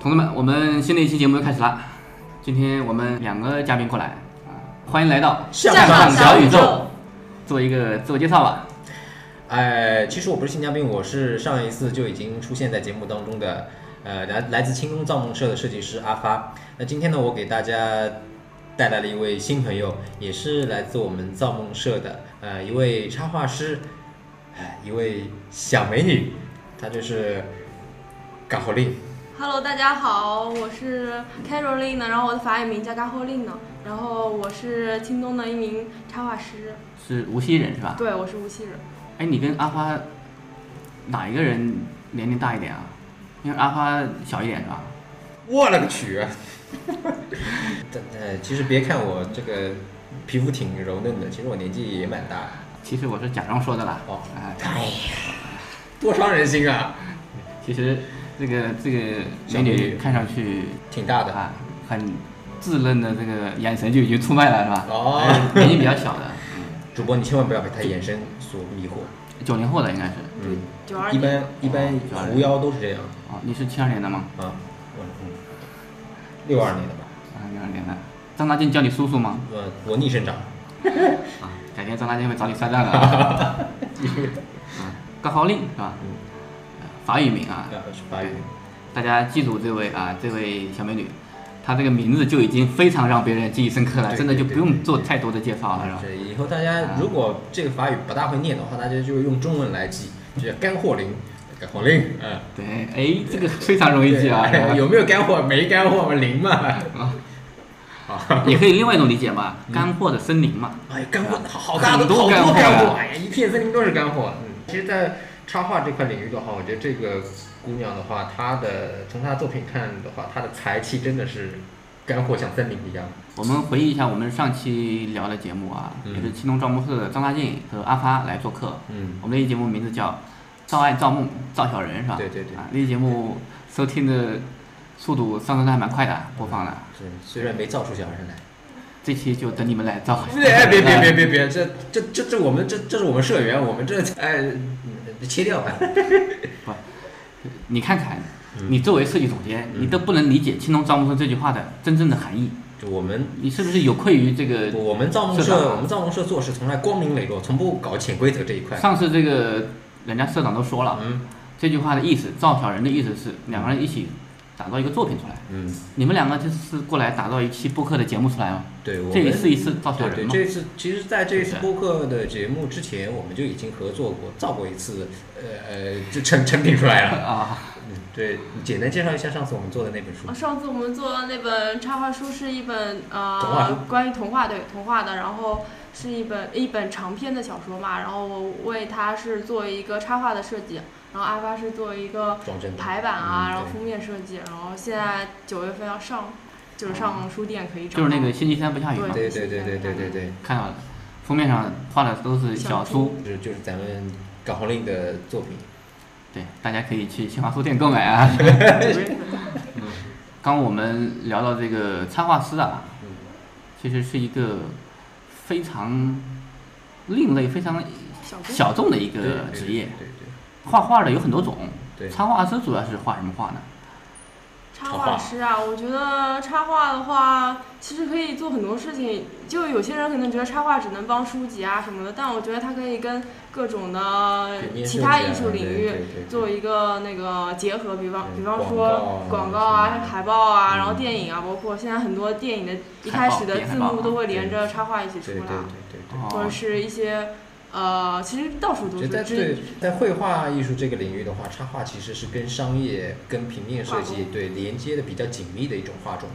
同志们，我们新的一期节目又开始了。今天我们两个嘉宾过来啊，欢迎来到向上小宇宙。做一个自我介绍吧。呃，其实我不是新嘉宾，我是上一次就已经出现在节目当中的，呃，来来自青龙造梦社的设计师阿发。那今天呢，我给大家带来了一位新朋友，也是来自我们造梦社的，呃，一位插画师，哎、一位小美女，她就是嘎火令。 Hello，大家好，我是 Caroline，然后我的法语名叫 g a h o l i n 然后我是青东的一名插画师，是无锡人是吧？对，我是无锡人，哎，你跟阿花哪一个人年龄大一点啊？因为阿花小一点是吧？我勒个去！啊 但呃，其实别看我这个皮肤挺柔嫩的，其实我年纪也蛮大的，其实我是假装说的啦。哦哎，多伤人心啊！其实这个这个美小美女女看上去挺大的啊，很自认的这个眼神就已经出卖了是吧？哦哎年纪比较小的，主播，你千万不要被她眼神所迷惑。九零后的应该是。嗯，九二一年。般一般狐妖都是这样哦，你是七二年的吗？啊。我嗯，六二年的吧，啊，六二年的。张大健叫你叔叔吗？呃，我逆 生长。啊，改天张大健会找你算账的 啊。啊，高豪令是吧？法语名啊，呃，是嗯法语。大家记住这位啊，这位小美女，她这个名字就已经非常让别人记忆深刻了，对真的就对不对用对做太多的介绍了，是吧？对，以后大家如果这个法语不大会念的话，大家就用中文来记，就叫干货林，干货林。嗯，对，哎，这个非常容易记啊，是吧对 有没有干货？没干货嘛，零嘛。 啊啊，也可以另外一种理解嘛，嗯干货的森林嘛，哎，干货好好很大的，好多多干干货货，呀哎呀，一片森林都是干货。嗯，其实，在插画这块领域的话，我觉得这个姑娘的话，她的从她的作品看的话，她的才气真的是干货像森林一样。我们回忆一下我们上期聊的节目啊，嗯也是青龙造梦社的张大进和阿发来做客。嗯，我们那期节目名字叫《造爱造梦造小人》，是吧？对对对啊，那期节目收听的速度上升的还蛮快的，嗯播放的。是，虽然没造出小人来。这期就等你们来呃造。哎，别别别别别，这 这这这我们这这是我们社员，我们这哎嗯切掉吧。你看看，嗯你作为设计总监，你都不能理解“青龙造梦社”这句话的真正的含义，就我们你是不是有愧于这个？我们造梦社长社，我们造梦社做事从来光明磊落，从不搞潜规则这一块。上次这个人家社长都说了，嗯这句话的意思，造小人的意思是两个人一起打造一个作品出来。嗯，你们两个就是过来打造一期播客的节目出来吗？对，我这也们是一次造小人对对，嘛。这次其实在这次对播客的节目之前，我们就已经合作过，造过一次，呃呃，就成成品出来了。啊，嗯，对，你简单介绍一下上次我们做的那本书呃。上次我们做的那本插画书是一本童话书呃关于童话对童话的，然后是一本一本长篇的小说嘛，然后我为它是做一个插画的设计，然后阿发是做一个装帧排版啊，嗯然后对封面设计，然后现在九月份要上，就是上书店可以找就到。是那个星期三不下雨嘛，对对对对对对对，看到了，封面上画的都是小小猪，就是就是咱们港红令的作品。对，大家可以去新华书店购买 啊。嗯九月份刚我们聊到这个插画师啊，嗯其实是一个非常另类、非常小猪小众的一对个呃职业。对对对对。画画的有很多种对，插画师主要是画什么画呢？插画师啊，我觉得插画的话，其实可以做很多事情。就有些人可能觉得插画只能帮书籍啊什么的，但我觉得它可以跟各种的平面其设他计啊艺术领对对域对对做一个那个结合，比方对比广方告说啊广告啊什么、嗯海报啊，然后电影啊，包括现在很多电影的一开始的海报字海报啊幕都会连对着插画一起出对对对来，对对。或者哦，是一些呃，其实到处都我觉是得在之对在绘画艺术这个领域的话，插画其实是跟商业、跟平面设画计工对连接的比较紧密的一种画种。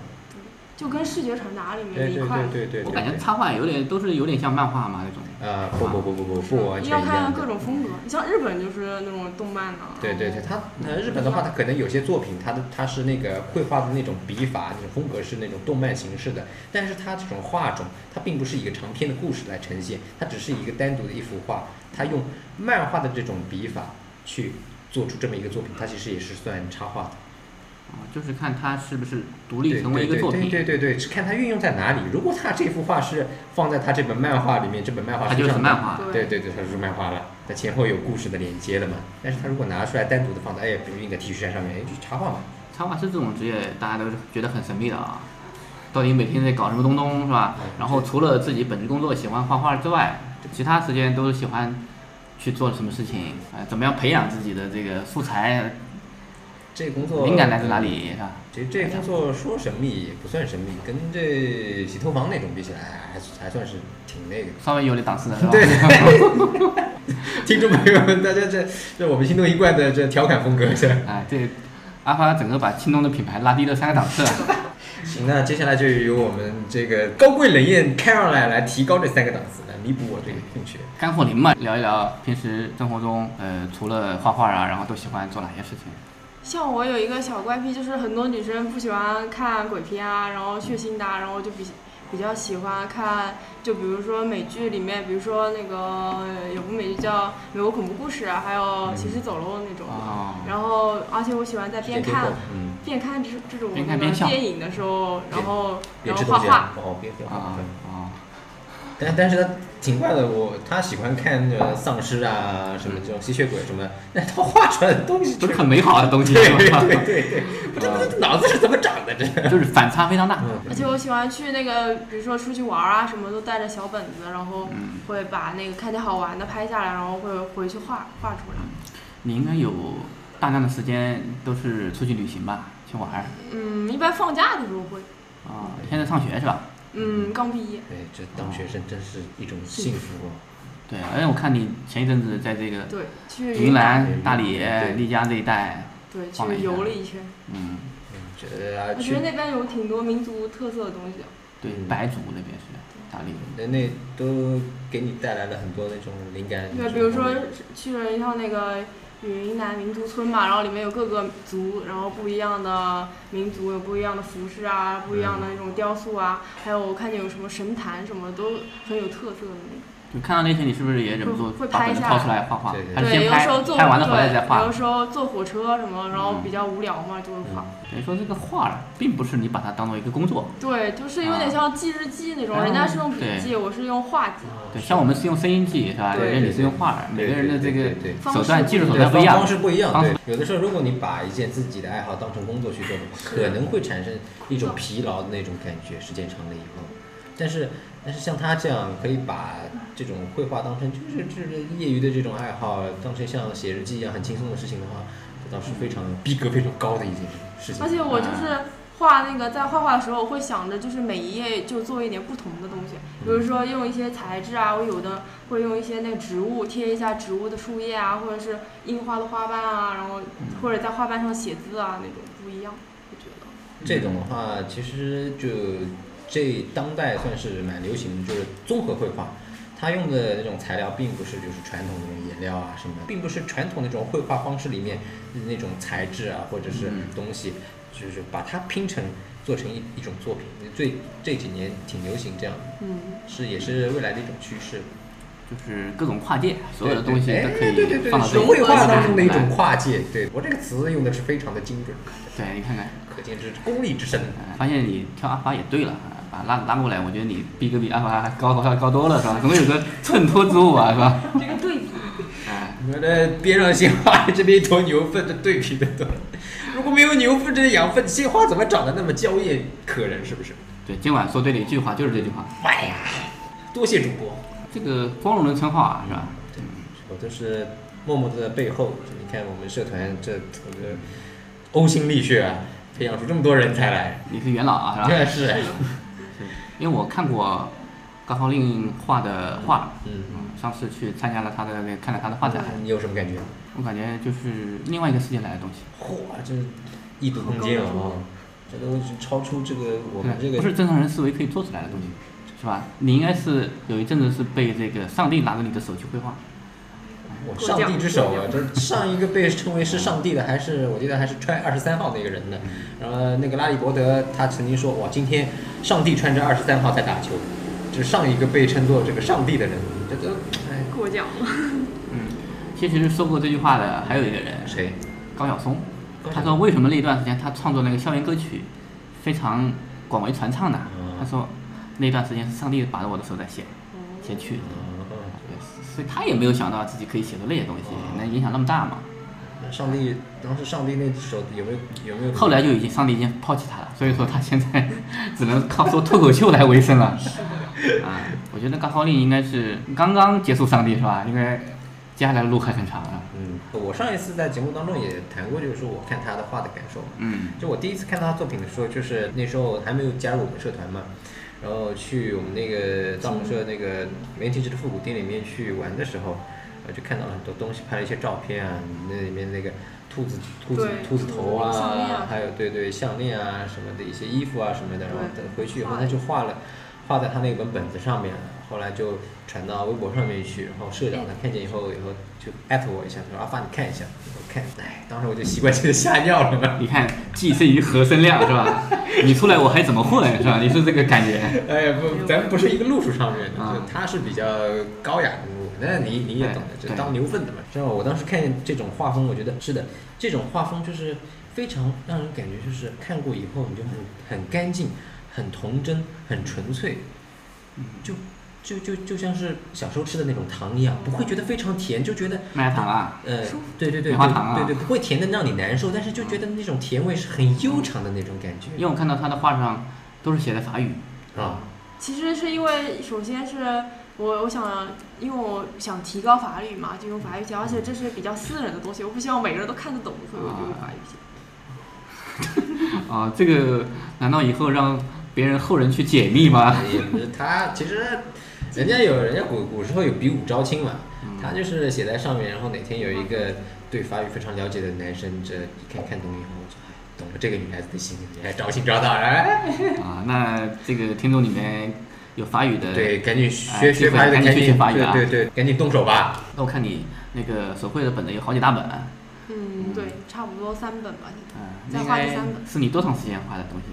就跟视觉传达里面的对一对块对。对对。我对感觉对插画有点都是有点像漫画嘛那种。呃不不不不不不完你全嗯要一样看的各种风格，你像日本就是那种动漫啊，对对对，他呃日本的话，他可能有些作品，他的他是那个绘画的那种笔法、那种风格是那种动漫形式的，但是他这种画种，它并不是一个长篇的故事来呈现，它只是一个单独的一幅画，他用漫画的这种笔法去做出这么一个作品，它其实也是算插画的。哦就是看它是不是独对立成为对一个对作对品，对对对，是看它运用在哪里。如果他这幅画是放在他这本漫画里面，这本漫画它是就这是样的漫画。对对对，它是漫画了，它前后有故事的连接了嘛。但是它如果拿出来单独的放在，哎，比如印个 T 恤衫上面，哎，就是插画嘛。插画师这种职业，大家都是觉得很神秘的啊。到底每天在搞什么东东是吧？然后除了自己本职工作喜欢画画之外，其他时间都是喜欢去做什么事情？呃，怎么样培养自己的这个素材这工作灵感来自哪？里是吧？其实这工作说神秘也不算神秘，跟这洗头房那种比起来，还是还算是挺那个。稍微有点档次的是吧？对， 听众朋友们，大家这这我们心动一贯的这调侃风格是。啊，这阿发整个把青东的品牌拉低了三个档 次了。行，那接下来就由我们这个高贵冷艳 Caroline 来提高这三个档次，来弥补我这个空缺。干货零嘛，聊一聊平时生活中，呃，除了画画啊，然后都喜欢做哪些事情？像我有一个小怪癖，就是很多女生不喜欢看鬼片啊，然后血腥的、啊，然后就比比较喜欢看，就比如说美剧里面，比如说那个有部美剧叫《美国恐怖故事》，啊还有《行尸走肉》那种。啊哦然后，而且我喜欢在边边看逛嗯边看这这种边看那边个笑电影的时候，然后别然吃后东画西画啊，，哦，别别画画啊。啊，但但是他挺怪的，我他喜欢看那个丧尸啊，什么这种吸血鬼什么的，但他画出来的东西都就是很美好的东西， 对是对吧？对对对，不知道这脑子是怎么长的这。 就是反差非常大。而且我喜欢去那个，比如说出去玩儿啊，什么都带着小本子，然后嗯会把那个看见好玩的拍下来，然后会回去画画出来。你应该有大量的时间都是出去旅行吧，去玩儿嗯，一般放假的时候会。啊。现在上学是吧？嗯，刚毕业。对，这当学生真哦是一种幸福啊！对，而且我看你前一阵子在这个对，去云南、大云理南对、丽江这一带，对去晃了一游下呃了一圈。嗯，觉得啊我觉去得那边有挺多民族特色的东西的。对嗯，白族那边是大理。那那都给你带来了很多那种灵感。嗯对，比如说去了一趟那个云南民族村嘛，然后里面有各个族，然后不一样的民族有不一样的服饰啊，不一嗯样的那种雕塑啊，还有我看见有什么神坛什么都很有特色的那个。就看到那些，你是不是也忍不住会会把拍本子下掏来出来画画对对？还是对，先有的时拍候坐，拍完了回来再对，画嗯有的？时候坐火车什么，然后比较无聊嘛，就会画。等于说这个画儿并不是你把它当做一个工作，对，就是有点像记日记那种，啊人家是用笔对嗯记，我是用画记。对，像我们是用声音记是吧？对人家你是用画儿，对每个人的这对对对个对手段、技术手对段不一方样方。式不一样，方对式，有的时候如果你把一件自己的爱好当成工作去做的话，可能会产生一种疲劳的那种感觉，时间长了以后。但是，但是像他这样可以把这种绘画当成就是就是业余的这种爱好，当成像写日记一样很轻松的事情的话，这倒是非常逼格非常高的一件事情。而且我嗯就是画那个，在画画的时候，我会想着就是每一页就做一点不同的东西，比如说用一些材质啊，我有的会用一些那个植物贴一下植物的树叶啊，或者是印花的花瓣啊，然后嗯或者在花瓣上写字啊那种不一样，我觉得。 这种的话，其实就这当代算是蛮流行的，就是综合绘画。它用的那种材料并不是就是传统那种颜料啊什么的，并不是传统那种绘画方式里面那种材质啊或者是嗯东西，就是把它拼成做成一一种作品。最这几年挺流行这样的，嗯，是也是未来的一种趋势。就是各种跨界，所有的东西都可对对对以对放对，到是这里。绘画当中的一哎种跨界。对我这个词用的是非常的精准，对，你看看，可见之功力之深。哎发现你跳阿发也对了，啊把拉拉过来，我觉得你逼格比阿发还高高高多了 是吧？总有个衬托之物啊是吧？ 这个对比，哎，我的边上鲜花，这边一坨牛粪，这对比的多。如果没有牛粪这些养分，鲜花怎么长得那么娇艳可人？是不是？对，今晚说对了一句话，就是这句话。哎呀，多谢主播，这个光荣的称号啊，是吧？我都是默默的背后。你看我们社团这这个呕心沥血啊，培养出这么多人才来，你是元老啊，是吧？这是 因为我看过高浩令画的画，嗯嗯，上次去参加了他的那个看了他的画展，你有什么感觉？我感觉就是另外一个世界来的东西，嚯，这异度空间啊！这东西超出这个我们这对，个不是正常人思维可以做出来的东西，是吧？你应该是有一阵子是被这个上帝拿着你的手去绘画，我上帝之手啊！ 这上一个被称为是上帝的，还是我记得还是穿二十三号那个人呢。嗯然后那个拉里伯德他曾经说：“哇，今天上帝穿着二十三号在打球。”就是上一个被称作这个上帝的人，这都哎过奖了。其实说过这句话的还有一个人，谁？高晓松高，晓他松说为什么那段时间他创作那个校园歌曲非常广为传唱呢？嗯哦他说那段时间是上帝把我的手在写写去的，呃对所以他也没有想到自己可以写出那些东西，能影响那么大嘛。上帝当时上帝那手有没有有没有？后来就已经上帝已经抛弃他了，所以说他现在 只能靠说脱口秀来维生了。啊，我觉得高浩令应该是刚刚结束上帝是吧？应该接下来的路还很长啊。嗯，我上一次在节目当中也谈过，就是说我看他的画的感受。嗯，就我第一次看到他作品的时候，就是那时候还没有加入我们社团嘛，然后去我们那个藏龙社那个媒体制的复古店里面去玩的时候，呃，就看到了很多东西，拍了一些照片啊，那里面那个兔子、兔子、对兔子头啊，项链啊还有对对项链啊什么的一些衣服啊什么的，然后对回去以后他就画了，画在他那本本子上面了，后来就传到微博上面去，然后社长他看见以后，以后就艾特我一下，他说阿发你看一下，我看，哎，当时我就习惯性的吓尿了嘛。你看，寄生于何生亮是吧？你出来我还怎么混是吧？你是这个感觉。哎呀，不，咱们不是一个路数上面的，啊就他是比较高雅的路，那你你也懂的，对就当牛粪的嘛。然后我当时看见这种画风，我觉得是的，这种画风就是非常让人感觉就是看过以后你就很很干净、很童真、很纯粹，嗯就就就就像是小时候吃的那种糖一样，不会觉得非常甜，就觉得麦芽糖啊，呃，对对对棉花糖啊嗯对对，不会甜的让你难受，但是就觉得那种甜味是很悠长的那种感觉因为我看到他的画上都是写的法语，啊。其实是因为，首先是我我想，因为我想提高法语嘛，就用法语写，而且这是比较私人的东西，我不希望每个人都看得懂，所以我就用法语写。啊、这个难道以后让别人后人去解密吗？也不是他，其实人家有人家古古时候有比武招亲嘛，嗯他就是写在上面，然后哪天有一个对法语非常了解的男生，这一看看懂以后，我就哎懂了这个女孩子的心，你还招亲招到，哎， 啊，那这个听众里面有法语的，对，，赶紧哎学学法语的，赶紧赶去紧学法语啊对对对，赶紧动手吧。那我看你那个手绘的本子有好几大本，嗯，对，差不多三本吧，现在。嗯、再应画第该三本是你多长时间画的东西？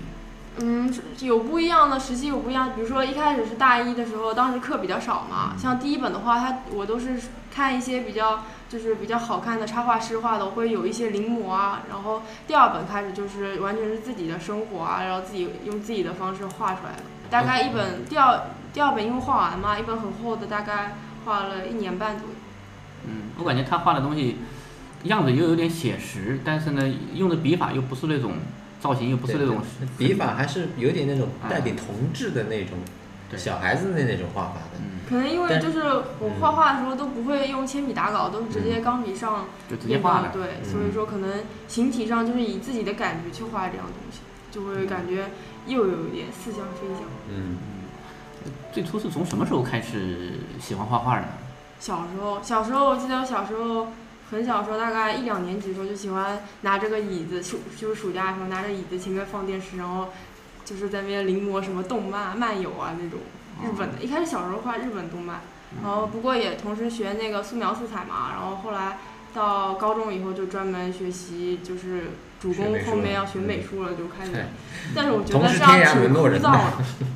嗯，是有不一样的时期有不一样，比如说一开始是大一的时候，当时课比较少嘛，像第一本的话，它我都是看一些比较就是比较好看的插画师画的，我会有一些临摹啊，然后第二本开始就是完全是自己的生活啊，然后自己用自己的方式画出来的，大概一本第二第二本因为画完嘛，一本很厚的，大概画了一年半左右。嗯，我感觉他画的东西样子又有点写实，但是呢，用的笔法又不是那种造型，又不是那对种笔法还是有点那种哎带点童稚的那种对嗯小孩子的那种画法的，可能因为但就是我画画的时候都不会用铅笔打稿，都是直接钢笔上就直接画的。对，所以说可能形体上就是以自己的感觉去画这样东西，就会感觉又有一点似像非像。嗯，最初是从什么时候开始喜欢画画的呢？小时候，小时候我记得我小时候很小的时候，大概一两年级的时候就喜欢拿这个椅子，暑就是暑假的时候拿着椅子前面放电视，然后就是在那边临摹什么动漫漫游啊那种日本哦的。一开始小时候画日本动漫，嗯然后不过也同时学那个素描素材嘛，然后后来到高中以后就专门学习就是。主学美攻术后面了要学美嗯术了，就开始对，但是我觉同得是这样天涯沦挺枯落人燥呐的。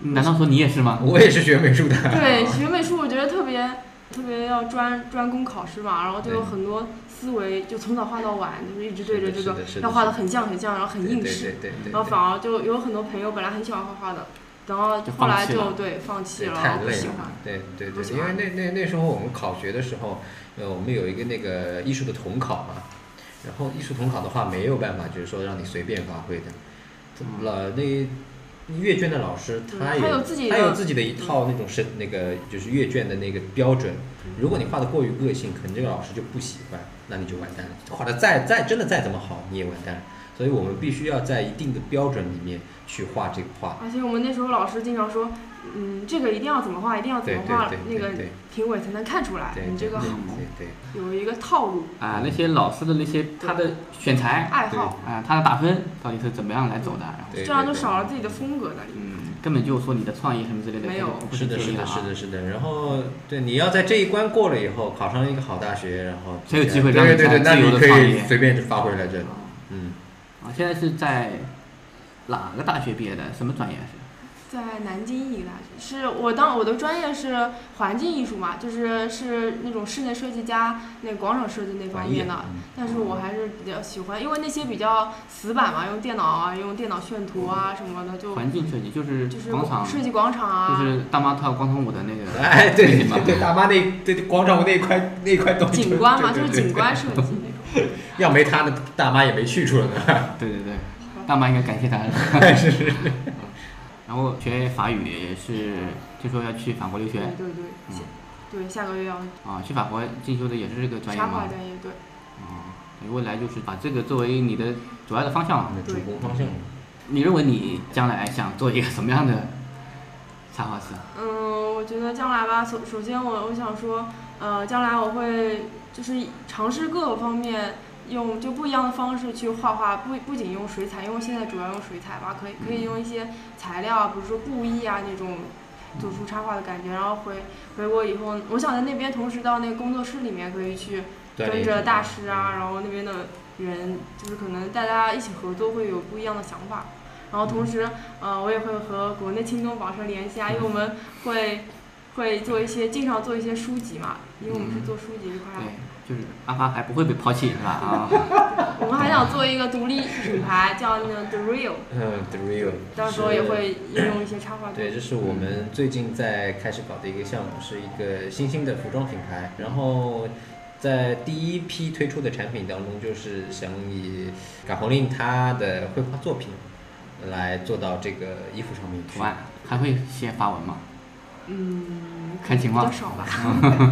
难道说你也是吗？嗯我也是学美术的， 对，学美术我觉得特别特别要专专攻考试嘛，然后就有对很多思维，就从早画到晚，就是一直对着这是的个是的是，的要画的很像很像，然后很对对应对试，对对，然后对反而就有很多朋友本来很喜欢画画的，然后就后放来弃就了对放弃对了，然太后不累喜了欢。。对对不对，喜因为欢那那那时候我们考学的时候，呃，我们有一个那个艺术的统考嘛，然后艺术统考的话，没有办法，就是说让你随便发挥的。老那阅卷的老师，他嗯他有自己的嗯他有自己的一套那种审那个就是阅卷的那个标准。嗯如果你画的过于个性，可能这个老师就不喜欢，那你就完蛋了。画的再再真的再怎么好，你也完蛋了。所以我们必须要在一定的标准里面去画这个画。而且我们那时候老师经常说，嗯，这个一定要怎么画，一定要怎么画对，对那对个对评委才能看出来对，你这个对好对对有一个套路啊，那些老师的那些他的选材爱好，啊，他的打分到底是怎么样来走的？然后对，这样就对对少了自己的风格在里面。嗯，根本就说你的创意什么之类的，没有我不是的，建是议的，啊是的，是的。然后，对，你要在这一关过了以后，考上一个好大学，然后才有机会让对你对再对，那自由你地可创以业随便就发挥来这。嗯，啊，现在是在哪个大学毕业的？什么专业是？在南京一个大学，是我当我的专业是环境艺术嘛，就是是那种室内设计加那广场设计那方面的环艺嗯，但是我还是比较喜欢，因为那些比较死板嘛，用电脑啊，用电脑炫图啊什么的，就环境设计，就是就是广场，设计广场啊，就是大妈跳广场舞的那个。 哎，对背景嘛对对，大妈那对对广场舞那一块那一块东西， 景观嘛，对就对是对景观设计那种。 要没他，那大妈也没去处了呢。对对对，大妈应该感谢 他。是是。然后学法语也是听说要去法国留学对对对，下对下个月要啊，去法国进修的也是这个专业插画吗？专业，对你未来就是把这个作为你的主要的方向。主攻方向，你认为你将来想做一个什么样的插画师？啊嗯，我觉得将来吧，首首先我我想说，呃，将来我会就是尝试各个方面，用就不一样的方式去画画，不不仅用水彩，因为现在主要用水彩吧，可以可以用一些材料啊，比如说布艺啊那种，做出插画的感觉。然后回回国以后，我想在那边同时到那个工作室里面可以去锻炼跟一下嗯着大师啊，然后那边的人就是可能大家一起合作会有不一样的想法。然后同时，呃，我也会和国内轻松保持联系啊，因为我们会会做一些经常做一些书籍嘛，因为我们是做书籍这块嗯对，，就是阿发还不会被抛弃是吧？啊， 我们还想做一个独立品牌，叫那个 The Real，嗯，the real，到时候也会应用一些插画。对，这是我们最近在开始搞的一个项目，是一个新兴的服装品牌。然后在第一批推出的产品当中，就是想以嘎红令他的绘画作品来做到这个衣服上面去图。案还会写法文吗？嗯，看情况嗯比较少吧。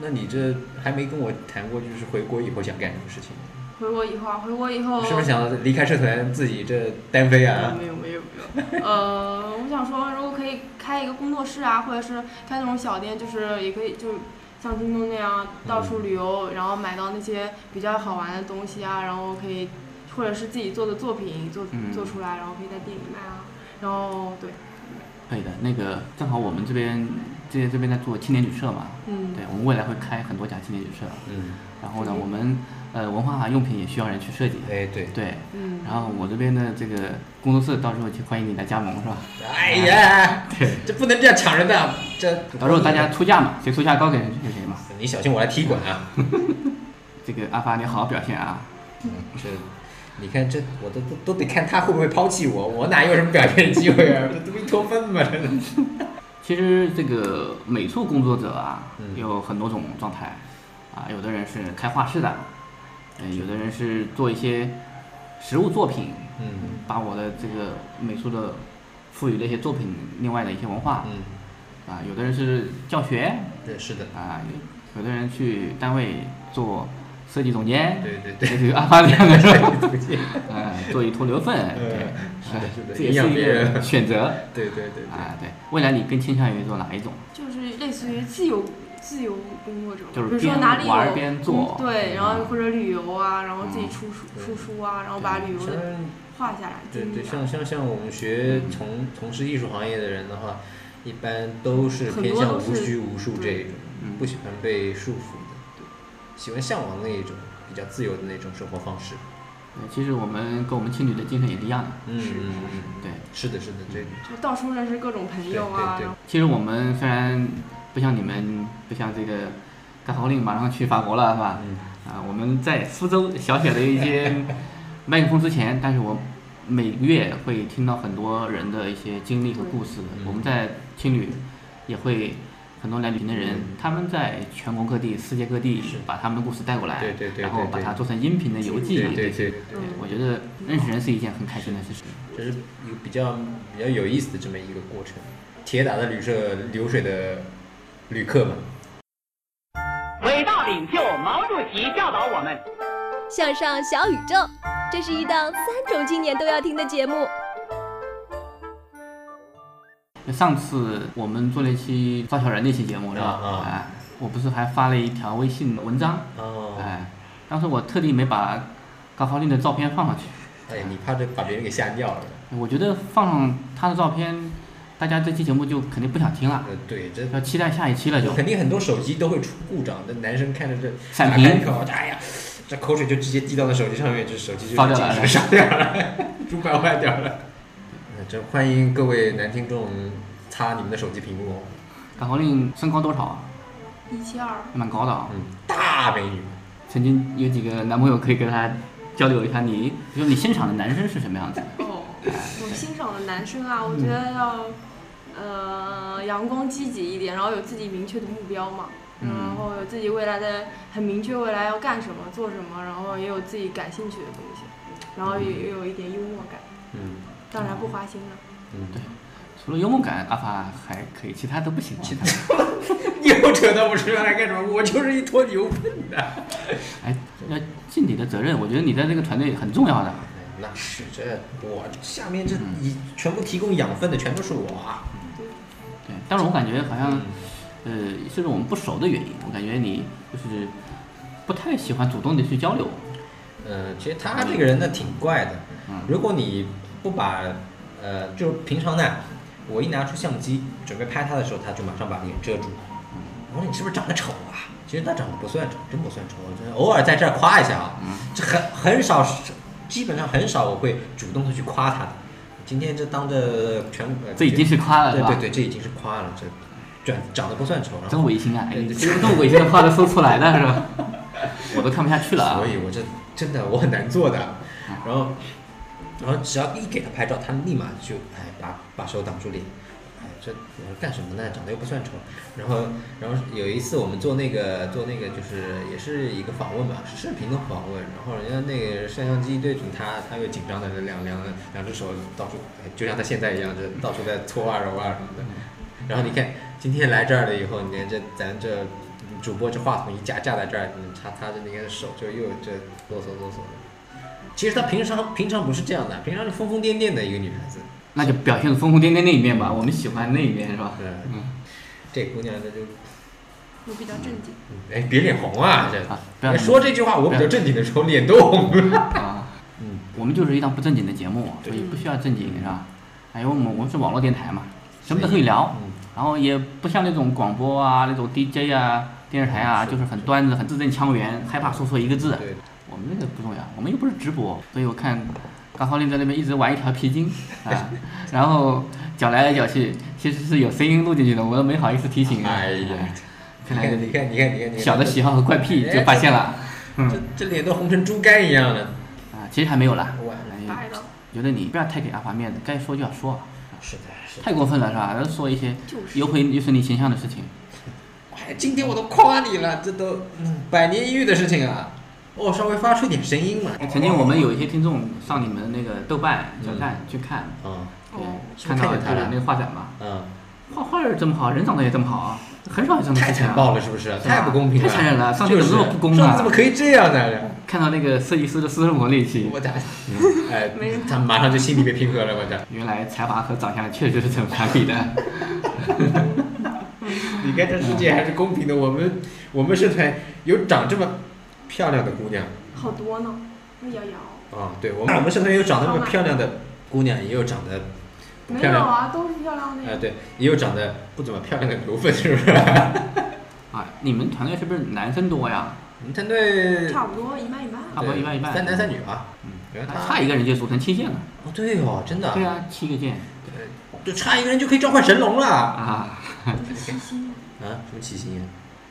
那你这还没跟我谈过，就是回国以后想干什么事情？回国以后啊，回国以后是不是想离开社团自己这单飞啊？没有没有没有，呃，我想说，如果可以开一个工作室啊，或者是开那种小店，就是也可以，就是像京东那样到处旅游，嗯然后买到那些比较好玩的东西啊，然后可以，或者是自己做的作品做嗯做出来，然后可以在店里卖啊，然后对，可以的，那个正好我们这边这这边在做青年旅社嘛，嗯对我们未来会开很多家青年旅社，嗯，然后呢，我们呃文化用品也需要人去设计，哎对，对，嗯，然后我这边的这个工作室到时候就欢迎你来加盟是吧？哎呀，对，这不能这样抢人的，啊这到时候大家出价嘛，谁出价高给谁给谁嘛。你小心我来踢馆啊！这个阿发你好好表现啊，这，你看这我都都都得看他会不会抛弃我，我哪有什么表现机会啊？这都没脱粪嘛，真的。其实这个美术工作者啊，嗯有很多种状态，啊，有的人是开画室的，嗯，有的人是做一些实物作品，嗯把我的这个美术的赋予了一些作品另外的一些文化，嗯，啊，有的人是教学，对，是的，啊，有有的人去单位做设计总监，对对 类对。？似于阿发这样的是吧对对 啊，做一坨牛粪，对嗯，是的是的啊这也营养是一别个人选择。对对，啊，对，未来你更倾向于做哪一种？就是类似于自由自由工作者，就是比如说边哪里有玩儿边做嗯对，然嗯后或者旅游啊，然后自己嗯出书出书啊，然后把旅游相的当于画下来，对记对，录下像来像像我们学从从事艺术行业的人的话，一般都是很偏多向都无是拘无束这一种嗯，不喜欢被束缚的，对，喜欢向往那一种比较自由的那种生活方式。对，呃其实我们跟我们青旅的精神也一样的。嗯嗯嗯，对，是的，是的，这就到处认识各种朋友啊，对对对然后其实我们虽然不像你们，不像这个干号令马上去法国了，是吧？嗯啊，我们在苏州小小的一 些麦克风之前，但是我每个月会嗯听到很多人的一些经历和故事。我们在青旅也会很多来旅行的人，嗯他们在全国各地、世界各地把他们的故事带过来，对对对然后对把对它做成音频的游记，对对对，对我觉得认识人是一件很开心的事情。这是有比较比较有意思的这么一个过程。铁打的旅社流水的旅客们，伟大领袖毛主席教导我们，向上小宇宙，这是一档三种青年都要听的节目。那上次我们做了一期赵小然那期节目，是吧？啊啊哎，我不是还发了一条微信文章，哦，哎，当时我特地没把高发令的照片放上去，哎呀，你怕这把别人给吓尿了？我觉得放上他的照片，大家这期节目就肯定不想听了，呃，对，这要期待下一期 了就。肯定很多手机都会出故障，那男生看着这闪打屏开一口，哎呀，这口水就直接滴到了手机上面，这手机就 烧掉了了，烧掉了，主板坏掉了。 那这欢迎各位男听众擦你们的手机屏幕哦，高发令身高多少啊？一七二，还蛮高的啊。嗯，大美女，曾经有几个男朋友可以跟他交流一下你，就是你欣赏的男生是什么 样子的？哦，我欣赏的男生啊，我觉得要，呃，阳光积极一点，然后有自己明确的目标嘛，嗯然后有自己未来的很明确未来要干什么做什么，然后也有自己感兴趣的东西，然后也也有一点幽默感，嗯当然不花心啊了。嗯，除了幽默感，阿法还可以，其他都不行。啊其他，你又扯到我身上来干什么？我就是一坨牛粪的。哎，要尽你的责任，我觉得你在这个团队很重要的。哎那是这我下面这你全部提供养分的全都是我啊。对，但是我感觉好像，嗯呃，就是我们不熟的原因，我感觉你就是不太喜欢主动的去交流。嗯，其实他这个人呢挺怪的嗯，如果你不把呃，就平常呢，我一拿出相机准备拍他的时候，他就马上把脸遮住。嗯我说你是不是长得丑啊？其实他长得不算丑，真不算丑，我真偶尔在这儿夸一下啊，嗯这很很少是，基本上很少我会主动的去夸他的。今天这当着全，呃这已经是夸了对是吧对对，这已经是夸了，这这长得不算丑，然真后违心啊！对你对这么多违心的话都说出来了是吧？ 我都看不下去了啊所！以我这真的我很难做的。然后，然后只要一给他拍照，他立马就哎把把手挡住脸，哎这我说干什么呢？长得又不算丑。然后，然后有一次我们做那个做那个就是也是一个访问嘛，是视频的访问。然后人家那个摄像机对准他，他又紧张的两两两只手到处，哎就像他现在一样，就到处在搓啊揉啊什么的。嗯然后你看今天来这儿了以后，你看这咱这主播这话筒一架架在这儿，你他他这那个手就又这啰嗦啰嗦的。其实她平常平常不是这样的，平常是疯疯癫癫的一个女孩子。那就表现疯疯癫癫那一面吧，我们喜欢那一面是吧？对嗯，这姑娘这就我比较正经，哎别脸红啊！啊不这、要哎说这句话，我比较正经的时候脸都红了。啊，嗯，我们就是一档不正经的节目，所以不需要正经是吧？哎，我们我们是网络电台嘛，什么都可以聊，嗯然后也不像那种广播啊、那种 DJ 啊、电视台啊，就是很端着、很字正腔圆，害怕说错一个字。对，我们那个不重要，我们又不是直播，所以我看高浩林在那边一直玩一条皮筋啊， 然后搅来搅去，其实是有声音录进去的，我都没好意思提醒啊。哎呀看你来 看你看你看你看你看，小的喜好和怪癖就发现了。嗯这这脸都红成猪肝一样了。啊，其实还没有啦。哎我大一了，觉得你不要太给阿华面子，该说就要说，是的，是的。太过分了是吧？要说一些就是有毁有损你形象的事情。哎，今天我都夸你了，这都、嗯百年一遇的事情啊。哦，稍微发出点声音嘛。曾经我们有一些听众上你们那个豆瓣小站去看，嗯对哦看是到不是看见他他了的那个画展嘛，嗯，画画儿这么好，人长得也这么好啊，很少有这么太事情残啊。暴了，是不是？太不公平了，太残忍了上帝就怎是么这么不公啊上帝怎么可以这样呢？看到那个设计师的私生活那一期， 我的， 哎没人，他马上就心里被平衡了，我的。原来才华和长相确实是成反比的。 你看这世界还是公平的，我们我们社团有长这么漂亮的姑娘好多呢。魏瑶瑶啊，对我们我们社团有长得那么好吧漂亮的姑娘，也有长得不没漂有亮，啊，都是漂亮的呀。哎对，也有长得不怎么漂亮的牛粪，是不 是？啊，你们团队是不是男生多呀？我们团队差不多一半一啊半。差不多对一半一半三男三女啊。嗯还差一个人就组成七剑了。哦，对哦，真的，对，啊，七个剑就差一个人就可以召唤神龙了啊！啊， 什么七星啊？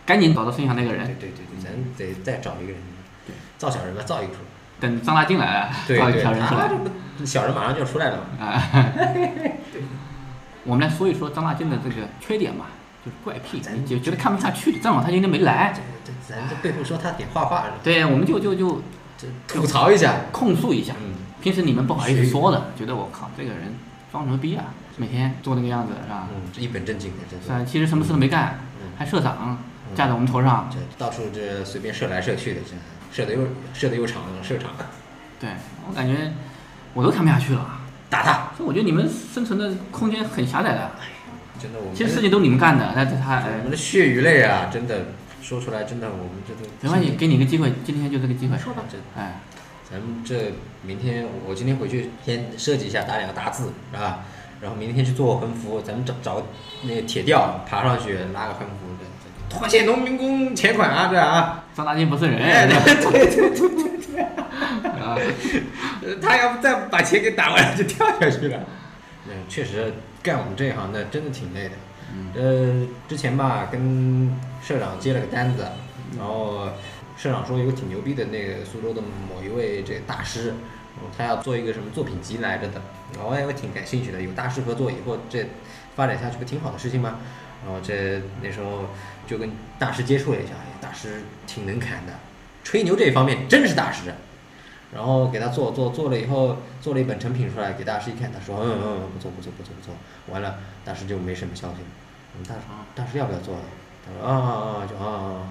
赶紧找到剩下那个对人，对对对，咱得再找一个人，哎对，造小人吧，造一个出来。等张大进来了，对找一对，条人出啊来。这不小人马上就 出来了嘛。啊，我们来说一说张大健的这个缺点吧，就是怪癖，你就觉得看不下去，正好他今天没来，这咱这背后说他点画画是吧？对，我们就就就吐槽一下，控诉一下。嗯平时你们不好意思说的，觉得我靠这个人装什么逼啊，每天做那个样子是吧？嗯，这一本正经的，真是吧？其实什么事都没干，还社长嗯架在我们头上，这到处这随便射来射去的，这射的又射的又长，射长。对我感觉我都看不下去了，打他！所以我觉得你们生存的空间很狭窄的，真的我们其实事情都你们干的，但是他哎哎我们的血与泪啊，真的说出来，真的我们这都没关系，给你一个机会，今天就这个机会，说吧这哎，咱们这明天我今天回去先设计一下，打两个大字啊，然后明天去做横幅，咱们找找那个铁吊爬上去拉个横幅，这这拖欠农民工钱款啊，这啊，张大千不是人，哎，对对对对对对， 啊，呃 他要不再把钱给打完了就跳下去了。嗯，确实干我们这一行的真的挺累的。嗯，呃，之前吧跟社长接了个单子，然后社长说有个挺牛逼的那个苏州的某一位这个大师，然后他要做一个什么作品集来着的，然后哎我挺感兴趣的，有大师合作以后这发展下去不挺好的事情吗？然后这那时候就跟大师接触了一下，哎大师挺能侃的，吹牛这一方面真是大师。然后给他做做做了以后，做了一本成品出来给大师一看，他说嗯嗯嗯不错不错不错不错，完了大师就没什么消息了。我们大师大师要不要做啊？他说啊啊啊就啊啊啊，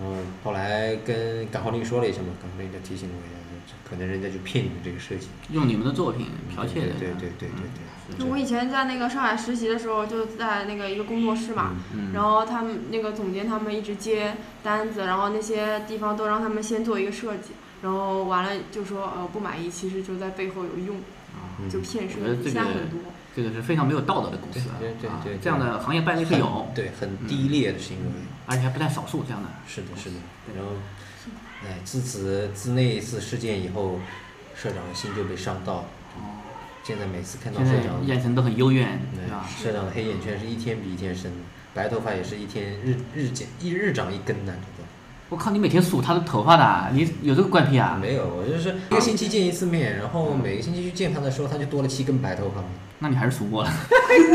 嗯，后来跟港浩林说了一下嘛，港浩林就提醒了我一下，就可能人家就骗你们这个事情，用你们的作品剽窃的，对对对对对嗯就对，我以前在那个上海实习的时候，就在那个一个工作室嘛，嗯嗯然后他们那个总监他们一直接单子，然后那些地方都让他们先做一个设计，然后完了就说呃不满意，其实就在背后有用，嗯嗯就骗设我觉得计，这现个在很多。这个是非常没有道德的公司啊，对对啊对对这样的行业败类是有，嗯对很低劣的行为。而且还不在少数这样的。是的，是的。然后，哎，自此自那一次事件以后，社长的心就被伤到。现在每次看到哦现社在长，眼啊神都很幽怨，对吧哎？社长的黑眼圈是一天比一天深，白头发也是一天日日减一日长一根呐、这我靠，你每天数他的头发的啊，你有这个怪癖啊个？没有，我就是一个星期见一次面，然后每个星期去见他的时候，他就多了七根白头发。那你还是数过了。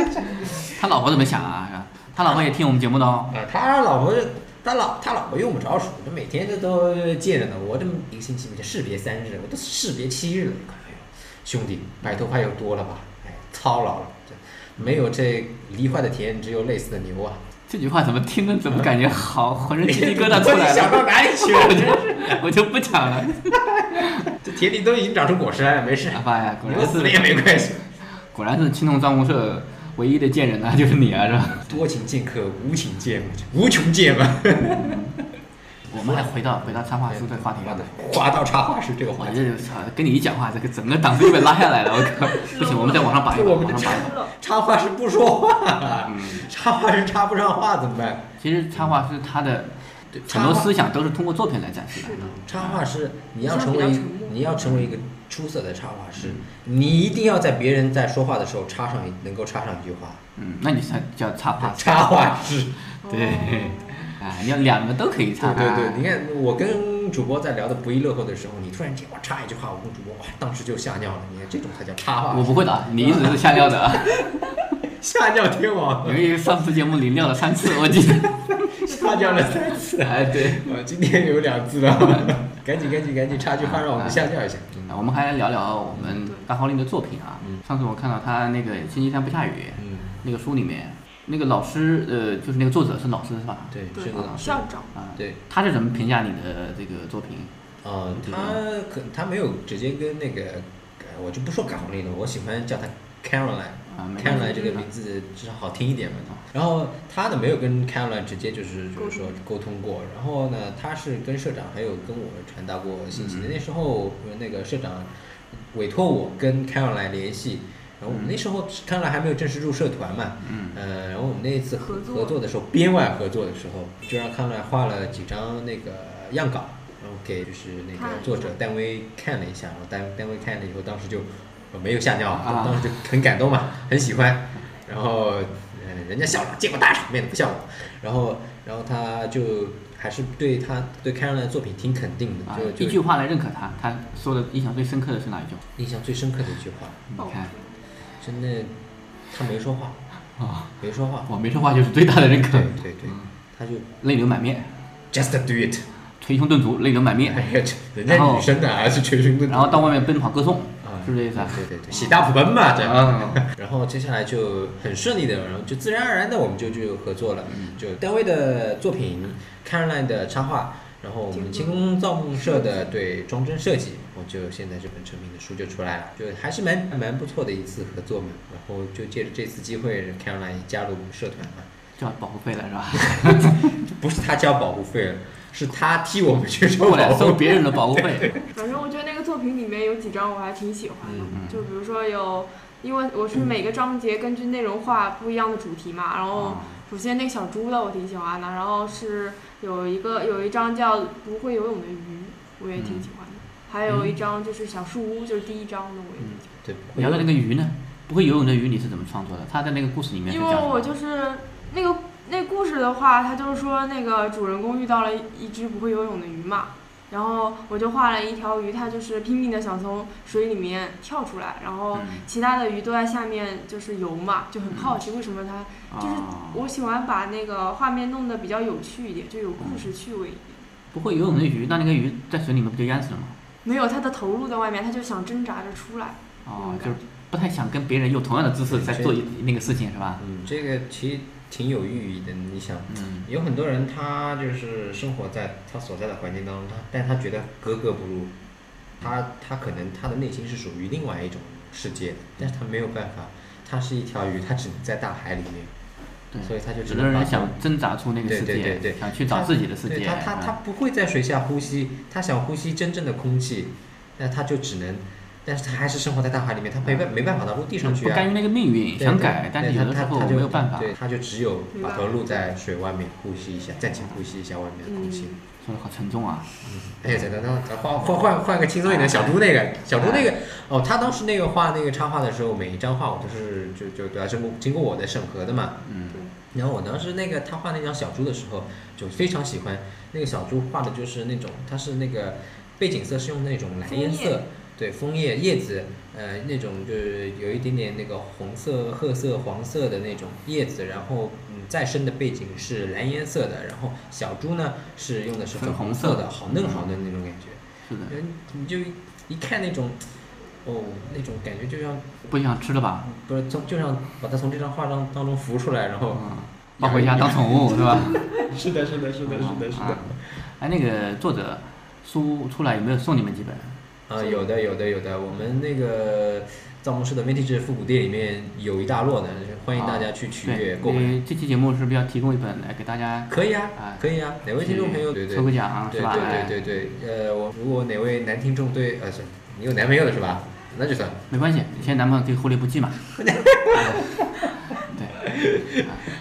他老婆怎么想啊？是吧？他老婆也听我们节目的哦。啊，他老婆，他老他老婆用不着数，这每天这都见着呢。我这么一个星期没见，士别三日，我都士别七日了。哎呦，兄弟，白头发又多了吧？哎，操劳了，这没有这梨花的甜，只有累死的 牛啊！这句话怎么听着怎么感觉好浑身鸡皮疙瘩出来 我想到了？哪里去了？ 真是我就不讲了。这田里都已经长出果实来了，没事，哎呀，果牛然死了也是没 关系。果然是青铜藏红社唯一的贱人啊，就是你啊，是吧？多情剑客无情剑，无穷剑嘛。 我们还回到回到插画书这个话题上。花到插画是这个我话题，这操，跟你一讲话，这个整个档次就被拉下来了。我 靠，不行，我们再往上拔一这拔，我们的往上插拔一拔。插画是不说话，嗯插画是插不上话怎么办？其实插画是他的对插很多画思想都是通过作品来展示的。插画师，你要成为比较沉默你要成为一个出色的插画师，你一定要在别人在说话的时候插上一能够插上一句话。嗯，那你才叫插画。插画师，对，啊，你要两个都可以插。啊哦对对对，你看我跟主播在聊的不亦乐乎的时候，你突然间我插一句话，我跟主播哇，当时就吓尿了。你看这种才叫插画我师，不会的，啊你一直是下料的 啊。吓尿天王 因，为上次节目你尿了三次，我记得。 吓尿了三次。哎，对。我今天有两次了，赶紧赶紧赶紧插句话，让我们吓尿一下。啊我们还来聊聊我们大号令的作品啊。上次我看到他那个《星期三不下雨》嗯，那个书里面，那个老师呃，就是那个作者是老师是吧？对，对是的，是的校长啊，对。他是怎么评价你的这个作品？呃，对他可他没有直接跟那个，呃我就不说港红丽了，我喜欢叫他 Caroline。啊，没关系 Caroline 这个名字至少好听一点嘛。然后他呢没有跟 Caroline 直接就是就是说沟通过，然后呢他是跟社长还有跟我传达过信息的。那时候呃那个社长委托我跟 Caroline 联系，然后我们那时候 Caroline 还没有正式入社团嘛，嗯呃，然后我们那一次合合作合作的时候，编外合作的时候，就让 Caroline 画了几张那个样稿，然后给就是那看个了作者单位看了一下，然后单单位看了以后，当时就呃没有吓尿，啊当时就很感动嘛， 很喜欢。然后，呃，人家校长见过大场面的不笑我，然后，然后他就还是对他对 Caroline 的作品挺肯定的，啊就，就一句话来认可他，他说的印象最深刻的是哪一句？嗯印象最深刻的一句话，你看，真的，他没说话，哦啊，没说话，我没说话就是最大的认可。对对嗯对，他就泪流满面，just do it，嗯捶胸顿足，泪流满面。哎呀，人家女生啊，还是捶胸顿足，然后到外面奔跑歌颂，是不是这意思啊？对对对，喜大普奔嘛，这啊 样。然后接下来就很顺利的，然后就自然而然的我们就就合作了，就单位的作品，Caroline 的插画，然后我们清工造梦社的对装帧设计，我就现在这本成品的书就出来了，就还是蛮蛮不错的一次合作嘛。然后就借着这次机会，Caroline 也加入我们社团嘛，交保护费了是吧？ 不是他交保护费了，是他替我们去 收过来保收护别费。人的保护费，反正我觉得那个作品里面有几张我还挺喜欢的，就比如说有，因为我是每个章节根据内容画不一样的主题嘛，然后首先那个小猪的我挺喜欢的，然后是有一个有一张叫不会游泳的鱼，我也挺喜欢的，还有一张就是小树屋，就是第一章的我也挺喜对，聊嗯聊那个鱼呢？不会游泳的鱼你是怎么创作的？它在那个故事里面欢，是因讲为什么我就是那个那故事的话，它就是说那个主人公遇到了一只不会游泳的鱼嘛，然后我就画了一条鱼，它就是拼命的想从水里面跳出来，然嗯后其他的鱼都在下面就是游嘛，就很好奇为什么它哦就是我喜欢把那个画面弄得比较有趣一点，就有故事趣味一点。不会游泳的鱼，那那个鱼在水里面不就淹死了吗？没有它的投入在外面，它就想挣扎着出来。哦，就是不太想跟别人用同样的姿势在做一那个事情是吧？嗯，这个其实挺有寓意的。你想，嗯，有很多人他就是生活在他所在的环境当中，他但他觉得格格不入，他他可能他的内心是属于另外一种世界的，但是他没有办法，他是一条鱼，他只能在大海里面，所以他就只有的能把人头想挣扎出那个对世界，对对对，想去找自己的世界。他对他他他嗯不会在水下呼吸，他想呼吸真正的空气，那他就只能，但是他还是生活在大海里面，他没办没办法到陆地上去不啊。甘于那个命运对想对改但是对有他的他时候他就没有办法对，他就只有没把办头法露在水外面呼吸一下，暂且呼吸一下外面的空气。说的好沉重啊！哎，等等等，换换换换个轻松一点，小猪那个，小猪那个，哦，他当时那个画那个插画的时候，每一张画我都是就就都要经过经过我的审核的嘛。嗯。然后我当时那个他画那张小猪的时候，就非常喜欢那个小猪画的就是那种，它是那个背景色是用那种蓝颜枫叶色，对，枫叶叶子，呃，那种就是有一点点那个红色、褐色、黄色的那种叶子，然后嗯，再深的背景是蓝颜色的，然后小猪呢是用的是粉粉红红色色的，好嫩好嫩那种感觉。是的，人你就一看那种，哦，那种感觉就像不想吃了吧？不是从就像把它从这张画当当中扶出来，然后嗯抱回家当宠物是吧？ 是的，是的，是的，是的，是的啊。哎，那个作者书出来有没有送你们几本？啊，有的，有的，有的。我们那个造梦师的 Vintage 复古店里面有一大摞呢，欢迎大家去取阅啊对购买。你这期节目是不是要提供一本来给大家？可以啊啊，可以啊，哪位听众朋友去对对抽个奖啊对是吧哎对对对对，呃，我如果哪位男听众对呃是，你有男朋友了是吧？那就算了。没关系，现在男朋友可以忽略不计嘛。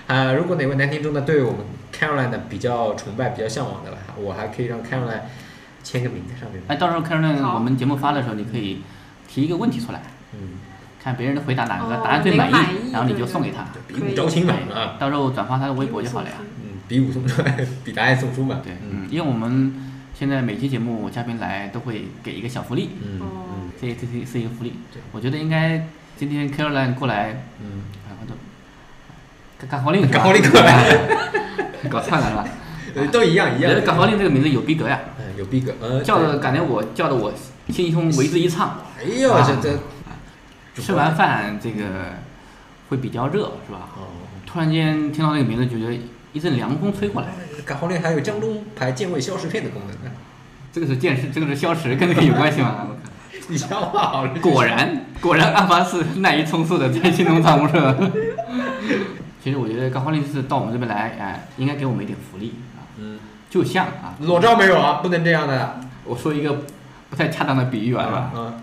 啊，如果哪位男听众呢对我们 Caroline 呢比较崇拜、比较向往的了，我还可以让 Caroline 签个名在上面。哎，到时候凯伦，好我们节目发的时候，你可以提一个问题出来，嗯，看别人的回答哪个哦啊答案最哪满个意，满意然后你对就对送给对他。比武招亲嘛啊，到时候转发他的微博就好了呀。嗯，比武送出，比答案送出嘛。对，嗯，因为我们现在每期节目嘉宾来都会给一个小福利，嗯哦，这这这是一个福利。我觉得应该今天 Caroline 过来，啊嗯，然后就干号令，搞好你过来，搞串了是吧？呃都一样一我觉样得。搞号令这个名字有逼格呀，嗯有逼格，呃，叫的对感觉我叫的我心胸为之一畅。哎呦，啊这这吃完饭这个会比较热是吧？哦，突然间听到这个名字，觉得一阵凉风吹过来，感号令还有江东牌健胃消食片的功能呢，这个是健身，这个是消食，跟这个有关系吗？你消化好了。果然，果然案发是滥竽充数的，在新农场务社。 其实我觉得高欢律师到我们这边来，哎，应该给我们一点福利啊。嗯，就像啊，裸照没有啊？不能这样的。我说一个不太恰当的比喻啊，是吧？嗯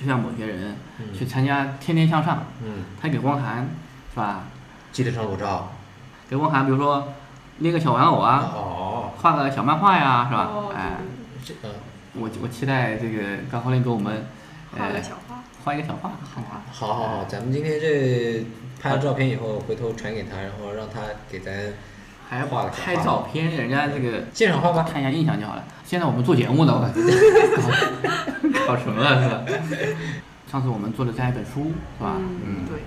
就像某些人嗯去参加《天天向上嗯，》，拍给汪涵，是吧？记得上裸照。给汪涵，比如说捏个小玩偶啊，哦，画个小漫画呀，是吧哦？，哎，这嗯，我我期待这个高欢律给我们，对对画呃个，小画，画一个小画，好吧？好好好，咱们今天这拍了照片以后，回头传给他，然后让他给咱还要画个小拍画照片，人家这个现场画吧。看一下印象就好了。现在我们做节目呢，我感觉 嗯搞搞什么了是吧？上次我们做了这样一本书是吧？嗯嗯，对，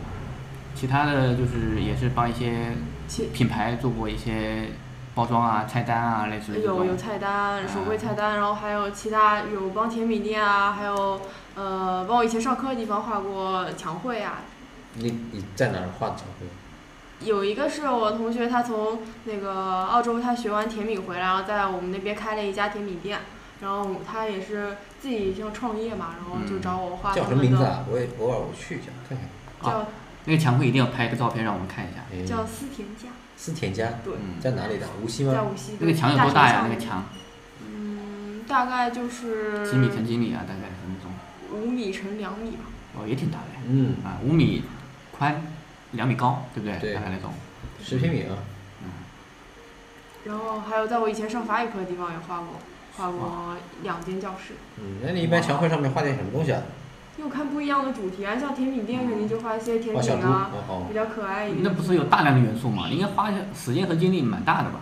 其他的就是也是帮一些品牌做过一些包装啊、菜单啊，类似于这种有有菜单、啊手绘菜单，然后还有其他有帮甜品店啊，还有呃帮我以前上课的地方画过墙绘啊。你你在哪儿画的墙绘？有一个是我同学，他从那个澳洲，他学完甜品回来，然后在我们那边开了一家甜品店，然后他也是自己像创业嘛，然后就找我画他叫们什的。么名字啊？我也偶尔我去一下看看。叫那个墙绘一定要拍一个照片让我们看一下。叫思甜家，思田家，对在哪里的？无锡吗？在无锡那个墙有多大呀？那个墙嗯，大概就是几米乘几米啊？大概是那种，五米乘两米吧。哦，也挺大的。嗯啊，五米宽，两米高，对不对？大概那种。十平米啊。然后还有在我以前上法语课的地方也画过，画过两间教室。嗯，那你一般墙绘上面画点什么东西啊？又看不一样的主题啊，像甜品店肯定就画一些甜嗯画小品猪啊哦哦，比较可爱一点。那不是有大量的元素吗？你应该花时间和精力蛮大的吧？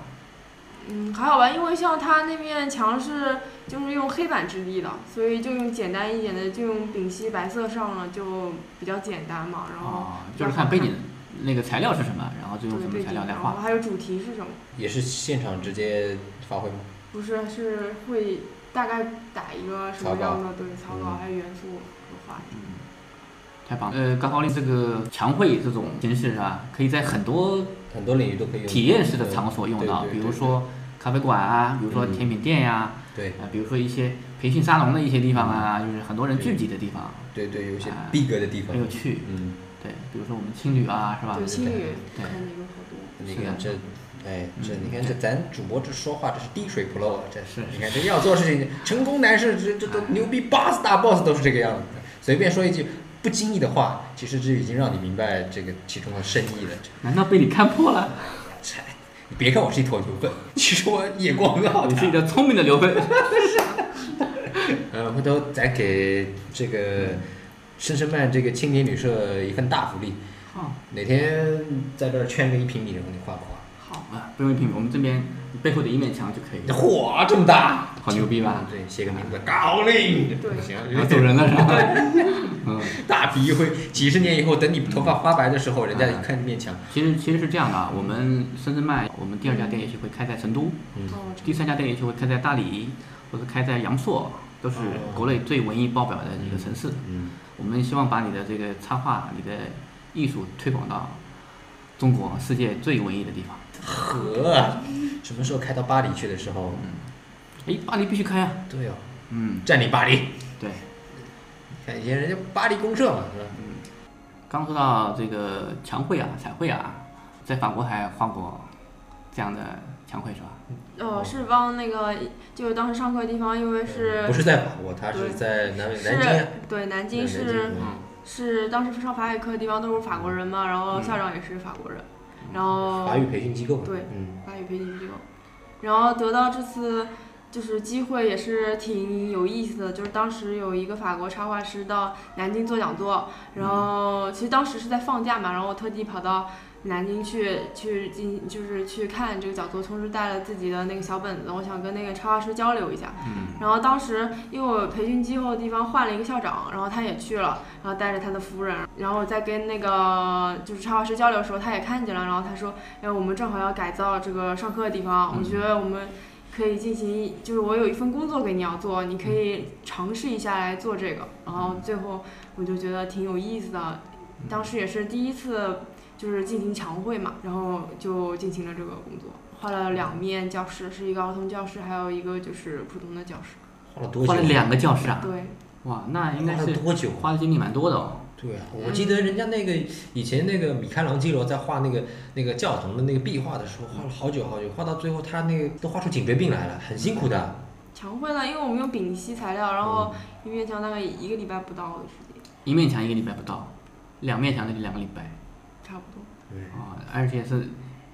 嗯，还好吧，因为像它那面墙是就是用黑板质地的，所以就用简单一点的，就用丙烯白色上了，就比较简单嘛。然后比啊就较好看、是看背景那个材料是什么，然后就用什对么背材景，料来然后画。还有主题是什么？也是现场直接发挥吗？不是，是会大概打一个什么样的对草嗯稿，还有元素和画。太棒了！呃，高高丽这个墙绘这种形式啊，可以在很多很多领域都可以用体验式的场所用到，比如说咖啡馆啊，比如嗯说甜品店呀，对，啊，比如说一些培训沙龙的一些地方啊，就是很多人聚集的地方，对对，有一些逼格的地方，哎很有趣。嗯，对，比如说我们青旅啊，是吧？对青旅对看的有好多。你是啊的看这，哎，这嗯你看这咱主播这说话这是滴水不漏啊，这是是你看这要做事情，成功男士这这都牛逼 boss 大 boss 都是这个样子的，随便说一句不经意的话，其实就已经让你明白这个其中的深意了。难道被你看破了？你别看我是一坨牛粪，其实我眼光很好。你是一个聪明的牛粪。嗯呃，回头咱给这个深深办这个青年旅社一份大福利，好，哪天在这儿圈个一平米，你画不画？ 啊，不用一平米，我们这边背后的一面墙就可以。嚯，啊这么大，好牛逼吧？对，写个名字高龄，行然后走人了是吧？大笔一挥，几十年以后，等你头发花白的时候，人家一看面墙，其实其实是这样的，啊，我们深圳卖，我们第二家店也许会开在成都，哦，第三家店也许会开在大理，或者开在阳朔，都是国内最文艺爆表的一个城市。嗯，我们希望把你的这个插画、你的艺术推广到中国世界最文艺的地方。呵，啊什么时候开到巴黎去的时候，嗯哎，巴黎必须开啊！对哦，嗯，占领巴黎，对，看以前人家巴黎公社嘛，是吧？刚说到这个墙绘啊、彩绘啊，在法国还画过这样的墙绘是吧？哦，是帮那个，就是当时上课的地方，因为嗯是不是在法国，他是对在南美是南京啊，对南南京京是嗯是当时上法语课的地方都是法国人嘛，然后校长也是法国人，然后嗯法语培训机构嘛，对，嗯，法语培训机构，然后得到这次就是机会也是挺有意思的，就是当时有一个法国插画师到南京做讲座，然后其实当时是在放假嘛，然后我特地跑到南京去去进就是去看这个讲座，同时带了自己的那个小本子，我想跟那个插画师交流一下。然后当时因为我培训机构的地方换了一个校长，然后他也去了，然后带着他的夫人，然后我在跟那个就是插画师交流的时候，他也看见了，然后他说：“哎，我们正好要改造这个上课的地方，我觉得我们可以进行，就是我有一份工作给你要做，你可以尝试一下来做这个。”然后最后我就觉得挺有意思的，当时也是第一次就是进行墙绘嘛，然后就进行了这个工作。画了两面教室，是一个儿童教室，还有一个就是普通的教室。花了多久？画了两个教室啊？对，哇，那应该花是了多久？啊花的精力蛮多的哦。对啊，我记得人家那个以前那个米开朗基罗在画那个那个教堂的那个壁画的时候，画了好久好久，画到最后他那个都画出颈椎病来了，很辛苦的。墙绘呢，因为我们用丙烯材料，然后一面墙大概一个礼拜不到的时间，一面墙一个礼拜不到，两面墙那就两个礼拜差不多。啊、而且是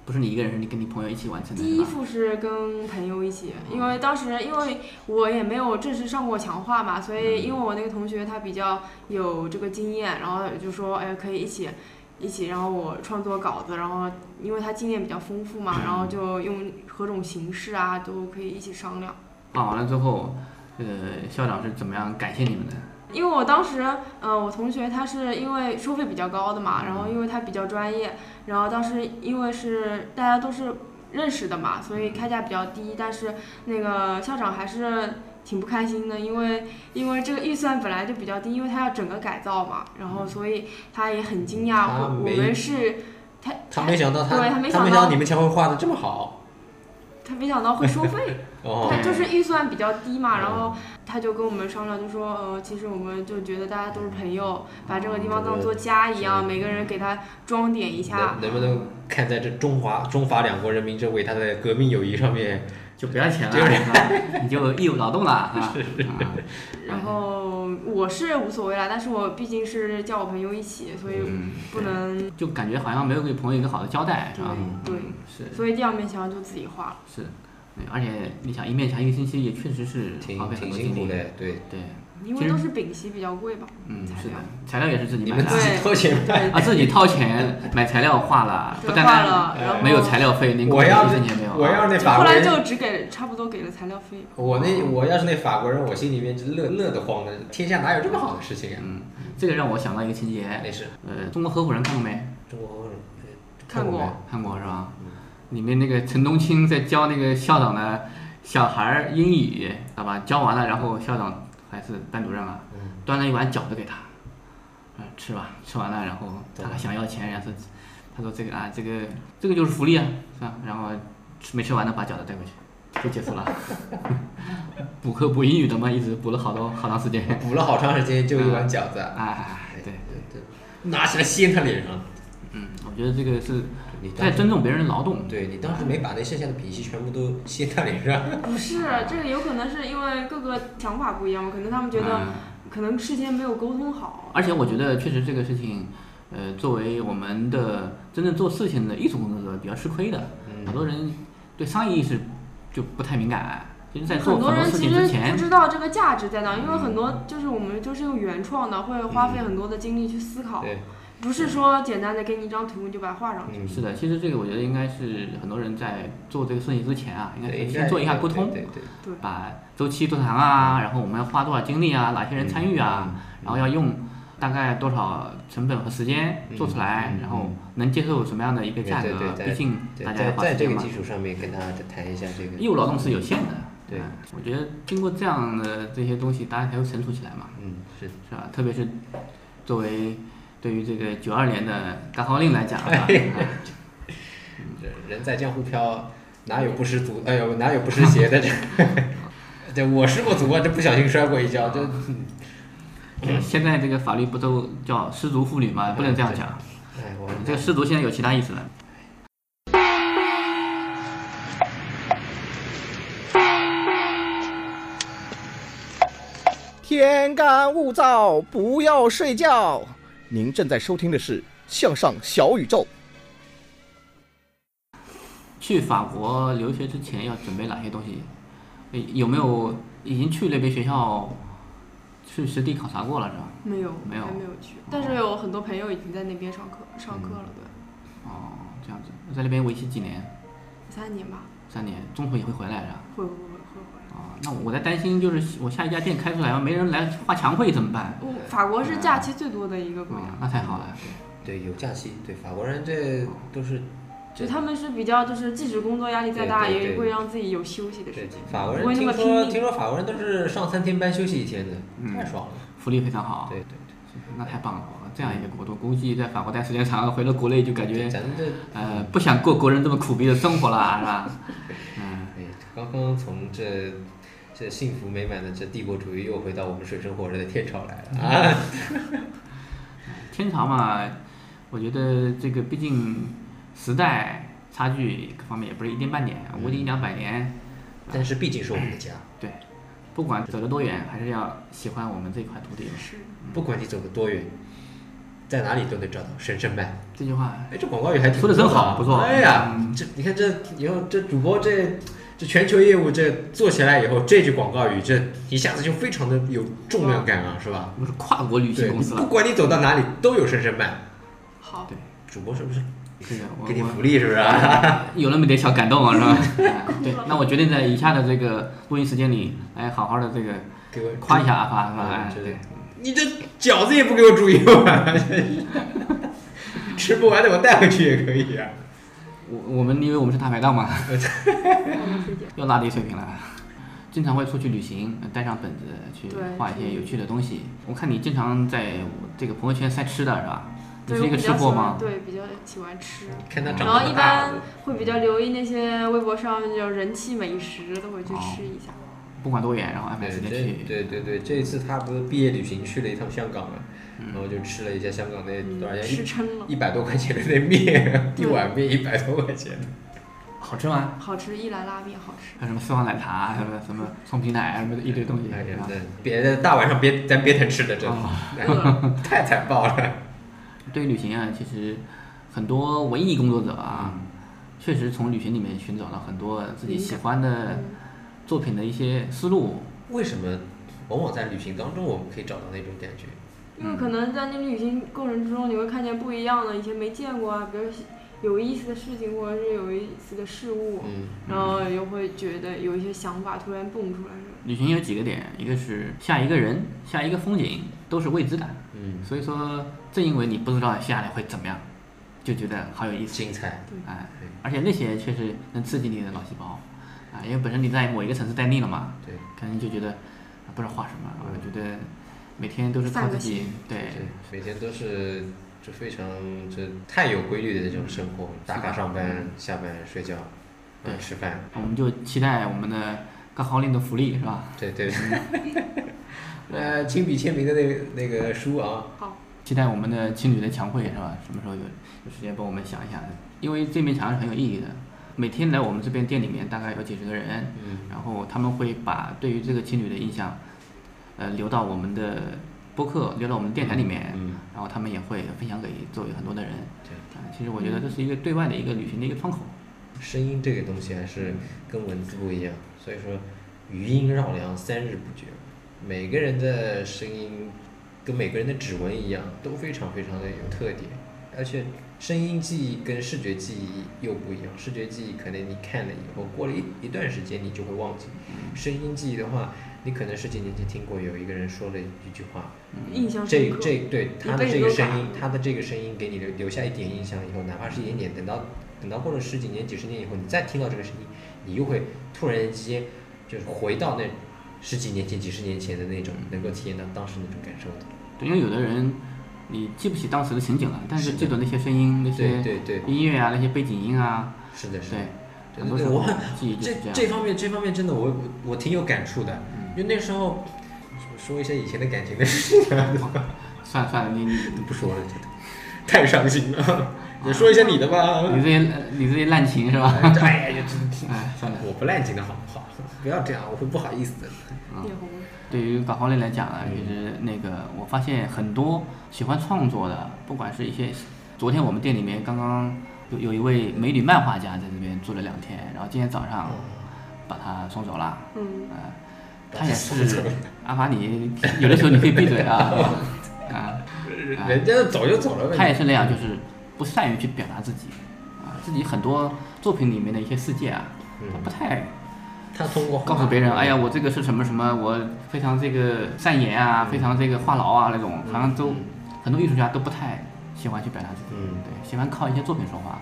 不是你一个人，是你跟你朋友一起完成的，第是一吧？哦幅是跟朋友一起，因为当时因为我也没有正式上过强化嘛，所嗯以因为我那个同学他比较有这个经验，然后就说哎可以一起一起，然后我创作稿子，然后因为他经验比较丰富嘛，然嗯后就用何种形式啊都可以一起商量。画完了之后，呃，校长是怎么样感谢你们的？因为我当时，嗯、我同学他是因为收费比较高的嘛，然后因为他比较专业，然后当时因为是大家都是认识的嘛，所以开价比较低，但是那个校长还是挺不开心的，因为因为这个预算本来就比较低，因为他要整个改造嘛，然后所以他也很惊讶，他我我没们是他他没想到他，对他他没没想到到你们墙会画的这么好。他没想到会收费。哦，他就是预算比较低嘛，然后他就跟我们商量，就说呃，其实我们就觉得大家都是朋友，把这个地方当做家一样，每个人给他装点一下能。能不能看在这中华中法两国人民这伟大的革命友谊上面，就不要钱就是了，你就义务劳动了 啊。啊然后我是无所谓啦，但是我毕竟是叫我朋友一起，所以嗯不能就感觉好像没有给朋友一个好的交代，是吧？嗯对，是所以第二面墙就自己画了。是，对而且你想一面墙一个星期也确实是花费很挺多精辛苦力的，对对，因为都是丙烯比较贵吧，嗯，材是的料。，材料也是自己你买们的自己啊，掏钱对对啊，自己掏钱买材料画了， 对不单画了然后单没有材料费，连工我作要一是分钱没有啊。我要是那就法后国来人，就只给差不多给了材料费， 我那我要是那法国人，我心里面就乐乐得慌的，天下哪有这么好的事情啊？嗯，这个让我想到一个情节，那是呃，《中国合伙人》看过没？中国人呃看过没过？看过是吧？里面那个陈冬青在教那个校长的小孩儿英语，好吧？教完了，然后校长还是班主任啊，端了一碗饺子给他，啊、吃吧，吃完了，然后他想要钱，然后他说这个啊，这个这个就是福利啊，是吧？然后吃没吃完的把饺子带回去，就结束了。 补课补英语的嘛，一直补了好多好长时间。补了好长时间就一碗饺子，啊，对，对，拿起来掀他脸上。嗯，我觉得这个是你当在时尊重别人的劳动。对你当时没把那剩下的脾气全部都泄到脸嗯上，不是这个有可能是因为各个想法不一样，可能他们觉得嗯可能事先没有沟通好，而且我觉得确实这个事情，呃，作为我们的真正做事情的艺术工作者比较吃亏的，嗯很多人对商业意识就不太敏感，就是在做很多多人事情其实之不前，知道这个价值在哪，因嗯为很多就是我们就是用原创的，会花费很多的精力去思考，对，不是说简单的给你一张图你就把它画上去。嗯，是的，其实这个我觉得应该是很多人在做这个事情之前啊，应该对是应该先做一下沟通，对对对对，把周期多长啊，然后我们要花多少精力啊，哪些人参与嗯啊，然后要用大概多少成本和时间做出来，然后能接受什么样的一个对价嗯对格对，，啊毕竟对大家在要花在时这间个嘛基。础上面跟他谈一下这个义务劳动是有限的。对嗯，我觉得经过这样的这些东西，大家才会成熟起来嘛，嗯，是是吧？特别是作为对于这个九二年的大号令来讲 啊，哎人嗯人在江湖飘，哪有不湿足？哎呦，哪有不湿鞋 的？这这我失过足啊，这不小心摔过一跤，这啊嗯现在这个法律不都叫失足妇女嘛，不能这样讲。哎我这个失足现在有其他意思了。天干物燥，不要睡觉。您正在收听的是《向上小宇宙》。去法国留学之前要准备哪些东西？呃有没有已经去那边学校去实地考察过了是吧？嗯没有，没有还没有去，但是有很多朋友已经在那边上课上课了，嗯对，哦，这样子，在那边为期几年？三年吧，三年，中途也会回来是吧？会会会会啊，那我在担心，就是我下一家店开出来，没人来画墙绘怎么嗯办？会。我法国是假期最多的一个国家，啊，那太好了，对有假期，对法国人这都是就他们是比较就是即使工作压力再对大，对对也会让自己有休息的时对间，法国不会人那么听拼命说。听说法国人都是上三天班休息一天的，嗯太爽了。福利非常好，对对对，那太棒了。这样一个国度，估计在法国待时间长了，回到国内就感觉咱们这呃不想过国人这么苦逼的生活了，是吧？ 嗯，哎，刚刚从这这幸福美满的这帝国主义又回到我们水深火热的天朝来 了啊！天朝嘛，我觉得这个毕竟时代差距各方面也不是一天半年，估计一两百年，但是毕竟是我们的家，对，不管走得多远，还是要喜欢我们这块土地嘛。是嗯不管你走得多远，在哪里都能找到神圣脉。这句话哎，这广告语还挺说得不错真好啊不错哎呀，嗯这你看这以后这主播这这全球业务这做起来以后，这句广告语这一下子就非常的有重量感啊，是吧？我们是跨国旅行对，公你司不了。管你走到哪里都有神圣脉。好，对，主播是不是这个我给你我福利是不是啊？ 有那么点小感动啊，是吧？ 啊对，那我决定在以下的这个录音时间里，来好好的这个给我夸一下阿发，是吧？嗯哎，是的对，你这饺子也不给我煮一碗，真是吃不完的我带回去也可以啊。我我们因为我们是大排档 嘛，又拉低水平了。经常会出去旅行，带上本子去对画一些有趣的东西。我看你经常在这个朋友圈晒吃的是吧？你对是一我个比吃较喜货欢吗？对，比较喜欢吃。看他长然后这一么大般会比较留意那些微博上那种人气美食，都会去哦吃一下。不管多远，然后安排对时间对去。哎对对对，这一次他不是毕业旅行去了一趟香港嘛，然后就吃了一下香港那多少钱？吃撑了一百多块钱的那面，一对碗面一百多块钱。好吃吗？好吃，一兰拉面好吃。还有什么丝袜奶茶，什么什么双皮奶，什么一堆东西。是吧别大晚上别咱别谈吃的，真的、 太残暴了。对于旅行啊，其实很多文艺工作者啊，嗯确实从旅行里面寻找到很多自己喜欢嗯的作品的一些思路。 为什么往往在旅行当中我们可以找到那种感觉？因为嗯可能在你旅行过程之中，你会看见不一样的以前没见过啊，比如有意思的事情或者是有意思的事物，嗯然后又会觉得有一些想法突然蹦出来。旅行有几个点，一个是下一个人、下一个风景都是未知的，嗯，所以说正因为你不知道下来会怎么样，就觉得好有意思，精彩，哎，而且那些确实能刺激你的脑细胞，啊，因为本身你在某一个城市待腻了嘛，对，可能就觉得啊不知道画什么，啊，觉得每天都是靠嗯散个自己心，对，每天都是这非常这太有规律的这种生活，打卡上班、下班、睡觉，嗯对嗯，吃饭，我们就期待我们的高号令的福利是吧？对对。 呃，亲笔签名的那个那个书啊，期待我们的青旅的墙绘是吧？什么时候有有时间帮我们想一想？因为这面墙是很有意义的。每天来我们这边店里面大概有几十个人，嗯，然后他们会把对于这个青旅的印象，呃，留到我们的播客，留到我们的电台里面，嗯，然后他们也会分享给周围很多的人。对啊、其实我觉得这是一个对外的一个旅行的一个窗口。声音这个东西还是跟文字不一样，所以说余音绕梁三日不绝。每个人的声音跟每个人的指纹一样，都非常非常的有特点，而且声音记忆跟视觉记忆又不一样。视觉记忆可能你看了以后，过了一一段时间你就会忘记，声音记忆的话，你可能十几年前听过有一个人说了一句话，印象嗯这深刻这对他的一辈子这个都声打音，他的这个声音给你留留下一点印象以后，哪怕是一点点，等到等到过了十几年、几十年以后，你再听到这个声音，你又会突然之间就是回到那十几年前、几十年前的那种，能够体验到当时那种感受的。对，因为有的人你记不起当时的情景了，但是记得那些声音、那些对对音乐啊、那些背景音啊，是的，是的，对很多对时对，候我记忆就是这这样。嗯这方面这方面真的我我挺有感触的，因为那时候说一些以前的感情的事情啊， 算了算了，你啊你不说了，真的 太伤心了。你说一下你的吧，你这些你这些滥情是吧？哎呀， 哎，算了，我不滥情的好不好？不要这样，我会不好意思的。脸红。对于港行类来讲啊，其嗯实那个我发现很多喜欢创作的，不管是一些，昨天我们店里面刚刚有有一位美女漫画家在这边住了两天，然后今天早上把她送走了。啊嗯，她也是阿凡尼，有的时候你可以闭嘴啊 啊！啊人家走就走了呗她也是那样，就是不善于去表达自己啊，自己很多作品里面的一些世界啊，嗯她不太他通过告诉别人，哎呀，我这个是什么什么，我非常这个善言啊，非常这个话痨啊那种，好像嗯都很多艺术家都不太喜欢去表达自己，对，喜欢靠一些作品说话，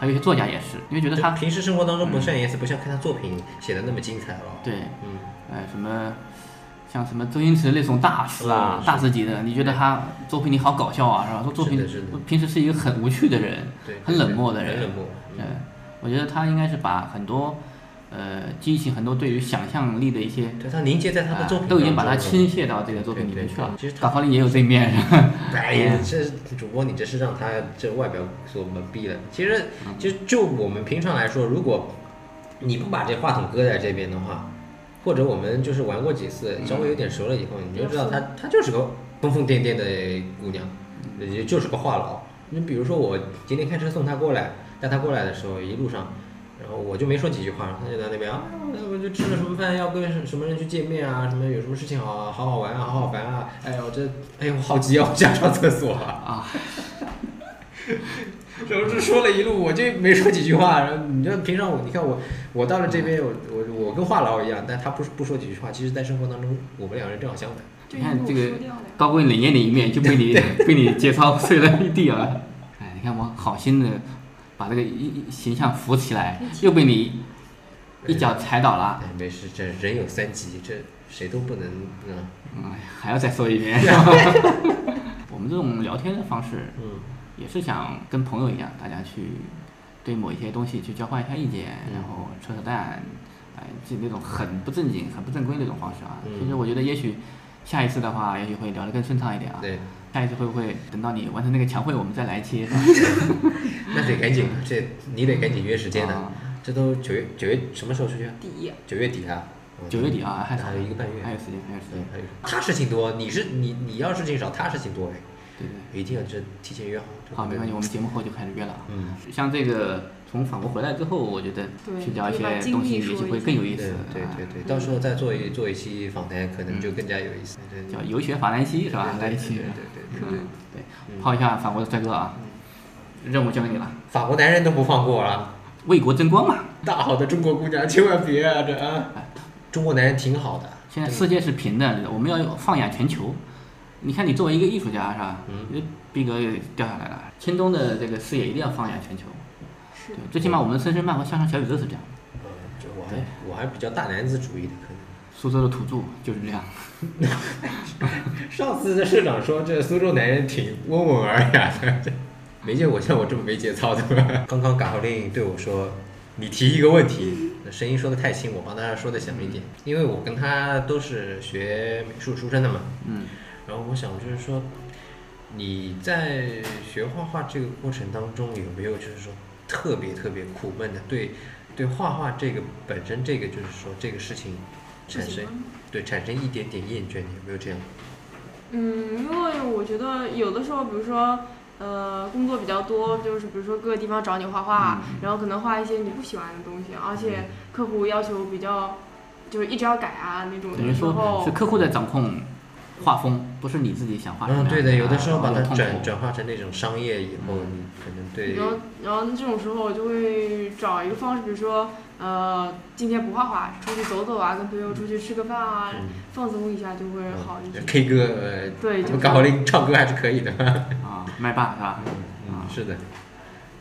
还有一些作家也是，因为觉得他嗯平时生活当中不善言辞，不像看他作品写的那么精彩了。对，嗯，呃，什么像什么周星驰那种大师啊嗯，是大师级的，你觉得他作品里好搞笑啊，是吧？说作品平时是一个很无趣的人对对，很冷漠的对人，很冷漠嗯，我觉得他应该是把很多。呃，激起很多对于想象力的一些，对他凝结在他的作品啊都已经当把它中了倾泻到这个作品里面去了。其实高林也有这一面，是吧？ 哎呀，这主播你这是让他这外表所蒙蔽了。其实，嗯其实就我们平常来说，如果你不把这话筒搁在这边的话，或者我们就是玩过几次，稍嗯微有点熟了以后，你就知道她她就是个疯疯癫癫的姑娘，也就是个话痨。你比如说我今天开车送她过来，带她过来的时候，一路上，然后我就没说几句话，她就在那边啊，我就吃了什么饭，要跟什么人去见面啊，什么有什么事情好好好玩啊，好好玩啊，哎呦这，哎呦我好急啊，我想上厕所啊。 然后就说了一路，我就没说几句话。然后你就平常我，你看我，我到了这边，我我我跟话痨一样，但他不不说几句话。其实，在生活当中，我们两个人正好相反。你看这个高贵冷艳的一面就被你被你节操碎了一地啊！哎，你看我好心的把这个一一形象扶起来，又被你一脚踩倒了。哎，没事，这人有三急，这谁都不能嗯。哎，还要再说一 遍。 我们这种聊天的方式，嗯，也是想跟朋友一样，大家去对某一些东西去交换一下意见，嗯然后扯扯淡，哎，自己那种很不正经、很不正规那种方式啊。嗯其实我觉得，也许下一次的话，也许会聊得更顺畅一点啊。对。下一次会不会等到你完成那个墙绘，我们再来一期？是吧 那得赶紧，这你得赶紧约时间呢、啊这都九月九月什么时候出去、啊？底九月底啊。嗯九月底啊，还早还有一个半月，嗯还有时间，还有时间。还有他事情多，你是你你要事情少，他事情多哎。对一定要这提前约好。这好，个啊没关系，我们节目后就开始约了。啊嗯，像这个从法国回来之后，我觉得对去聊一可以些把经东西，历也许说一会下更有意对思。对对对，啊到时候再做一做一期访谈，可能就更加有意思。对叫游学法兰西是吧？对来一起，对对对对对嗯，对，泡一下法国的帅哥啊！任务交给你了，法国男人都不放过了，为国争光嘛！大好的中国姑娘千万别啊这啊！哎中国男人挺好的，现在世界是平的，我们要放眼全球。你看，你作为一个艺术家是吧？嗯，逼格也掉下来了。青东的这个视野一定要放眼全球，是对，最起码我们的深深漫和向上小宇宙是这样的。嗯，就我还我还比较大男子主义的，可能。苏州的土著就是这样。 上次这社长说这苏州男人挺温文尔雅的， 没见过像我这么没节操的。 刚刚嘎号令对我说：“你提一个问题。”声音说的太轻，我帮他说的响一点，因为我跟他都是学美术出身的嘛。嗯，然后我想就是说，你在学画画这个过程当中有没有就是说特别特别苦闷的？对，对画画这个本身这个就是说这个事情产不生喜欢对产生一点点厌倦，你有没有这样？嗯，因为我觉得有的时候，比如说，呃，工作比较多，就是比如说各个地方找你画画，嗯然后可能画一些你不喜欢的东西，而且客户要求比较，就是一直要改啊那种等于的时说候是，客户在掌控画风，不是你自己想画什么嗯，样。啊对的，有的时候把它痛苦转转化成那种商业以后，你可能对然后然后这种时候我就会找一个方式，比如说，呃，今天不画画，出去走走啊，跟朋友出去吃个饭啊，嗯放松一下就会好一些。 K 歌，呃，对我就们是搞好令唱歌还是可以的。 啊，麦霸是吧？嗯，是的，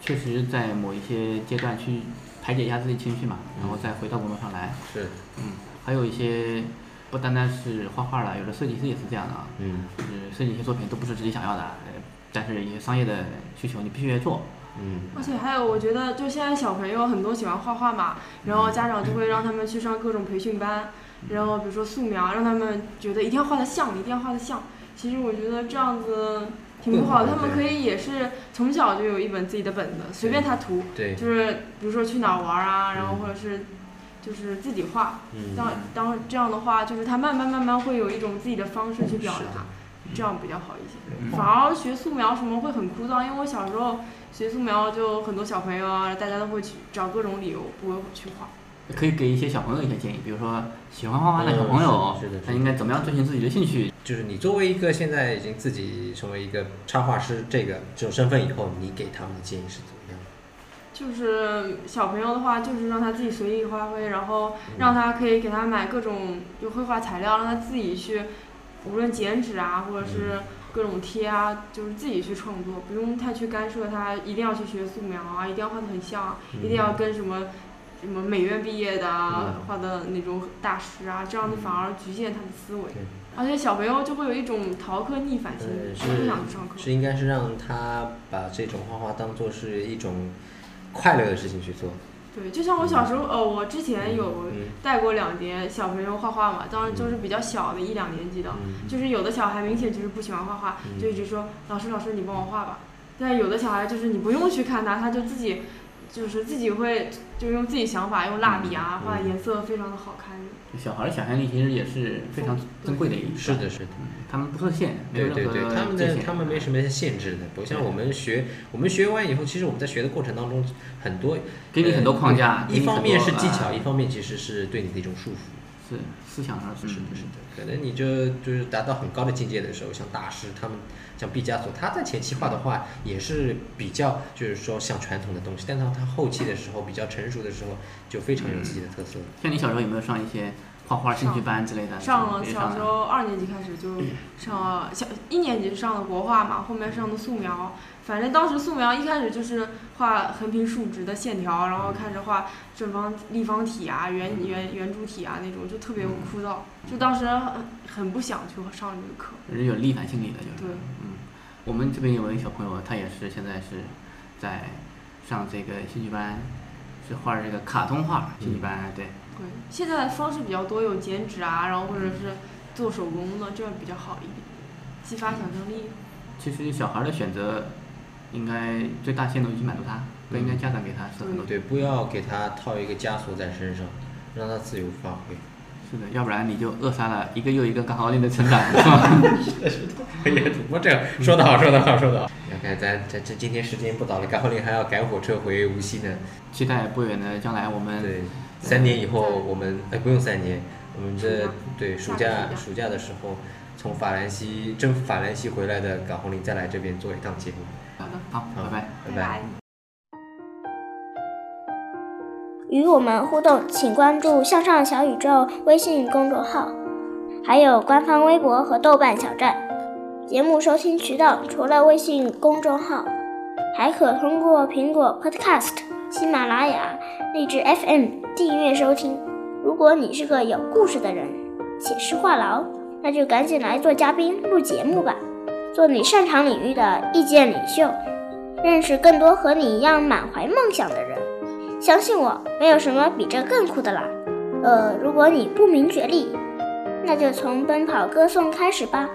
确实在某一些阶段去排解一下自己情绪嘛，然后再回到工作上来。是，嗯，还有一些不单单是画画了，有的设计师也是这样的啊。嗯，就是设计一些作品都不是自己想要的，呃但是一些商业的需求你必须得做。嗯，而且还有，我觉得就现在小朋友很多喜欢画画嘛，然后家长就会让他们去上各种培训班，然后比如说素描，让他们觉得一定要画得像，一定要画得像。其实我觉得这样子挺不好的，更他好们对可以也是从小就有一本自己的本子，随便他涂，对就是比如说去哪儿玩啊，然后或者是就是自己画，嗯当当这样的话，就是他慢慢慢慢会有一种自己的方式去表嗯是的嗯达。这样比较好一些。反而学素描什么会很枯燥，因为我小时候学素描，就很多小朋友啊，大家都会去找各种理由不会去画。可以给一些小朋友一些建议，比如说喜欢画画的小嗯朋友是的是的，他应该怎么样追寻自己的兴趣？就是你作为一个现在已经自己成为一个插画师这个这种身份以后，你给他们的建议是怎么样的？就是小朋友的话，就是让他自己随意发挥，然后嗯让他可以给他买各种就绘画材料，让他自己去，无论剪纸啊，或者嗯是各种贴啊，就是自己去创作，不用太去干涉他，一定要去学素描啊，一定要画得很像啊，嗯一定要跟什么。什么美院毕业的嗯啊，画的那种大师啊，这样子反而局限他的思维，而且小朋友就会有一种逃课逆反心呃，理，他不想去上课是。是应该是让他把这种画画当做是一种快乐的事情去做。对，就像我小时候，呃，我之前有嗯带过两节小朋友画画嘛，当然就是比较小的一两年级的，嗯就是有的小孩明显就是不喜欢画画，就一直说老师老师你帮我画吧，但有的小孩就是你不用去看他，他就自己就是自己会就用自己想法用蜡笔啊、嗯画颜色非常的好看，小孩的想象力其实也是非常珍贵的一啊个，是的，是的。他们不设限，没有对任对何对，他们界的限他们没什么限制的，不像我们学，我们学完以后，其实我们在学的过程当中，很多给你呃很多框架给一你方很面多是技巧，呃一方面其实是对你的一种束缚。是思想上嗯是是的是的。可能你就就是达到很高的境界的时候，像大师他们，像毕加索，他在前期画的画也是比较就是说像传统的东西，但到他后期的时候比较成熟的时候，就非常有自己的特色了。嗯像你小时候有没有上一些画画兴趣班之类的，嗯上了也小时候二年级开始就 上了，小一年级上的国画嘛，后面上的素描。反正当时素描一开始就是画横平竖直的线条，然后开始画正方、立方体啊、圆圆圆柱体啊那种，就特别枯燥。就当时很很不想去上这个课。是有逆反心理的，就是。对，嗯，我们这边有一个小朋友，他也是现在是在上这个兴趣班，是画这个卡通画兴趣嗯班，对。对，现在方式比较多，有剪纸啊，然后或者是做手工的，这样比较好一点，激发想象力。其实小孩的选择，应该最大限度去满足他，不应该家长给他设很多。嗯对，不要给他套一个枷锁在身上，让他自由发挥。是的，要不然你就扼杀了一个又一个高考令的 成长，是吧？也我这说得好，说得好，说得好。你看，咱咱这今天时间不早了，赶后令还要赶火车回无锡呢。期待不远的将来，我们对三年以后，我们哎不用三年，我们这对暑假暑假的时候，从法兰西征服法兰西回来的港红林再来这边做一趟节目。好的，好，拜拜，拜拜。与我们互动，请关注“向上小宇宙”微信公众号，还有官方微博和豆瓣小站。节目收听渠道除了微信公众号，还可通过苹果 Podcast、喜马拉雅、荔枝 FM 订阅收听。如果你是个有故事的人，且是话痨，那就赶紧来做嘉宾录节目吧，做你擅长领域的意见领袖，认识更多和你一样满怀梦想的人。相信我，没有什么比这更酷的啦。呃，如果你不明觉厉，那就从奔跑歌颂开始吧。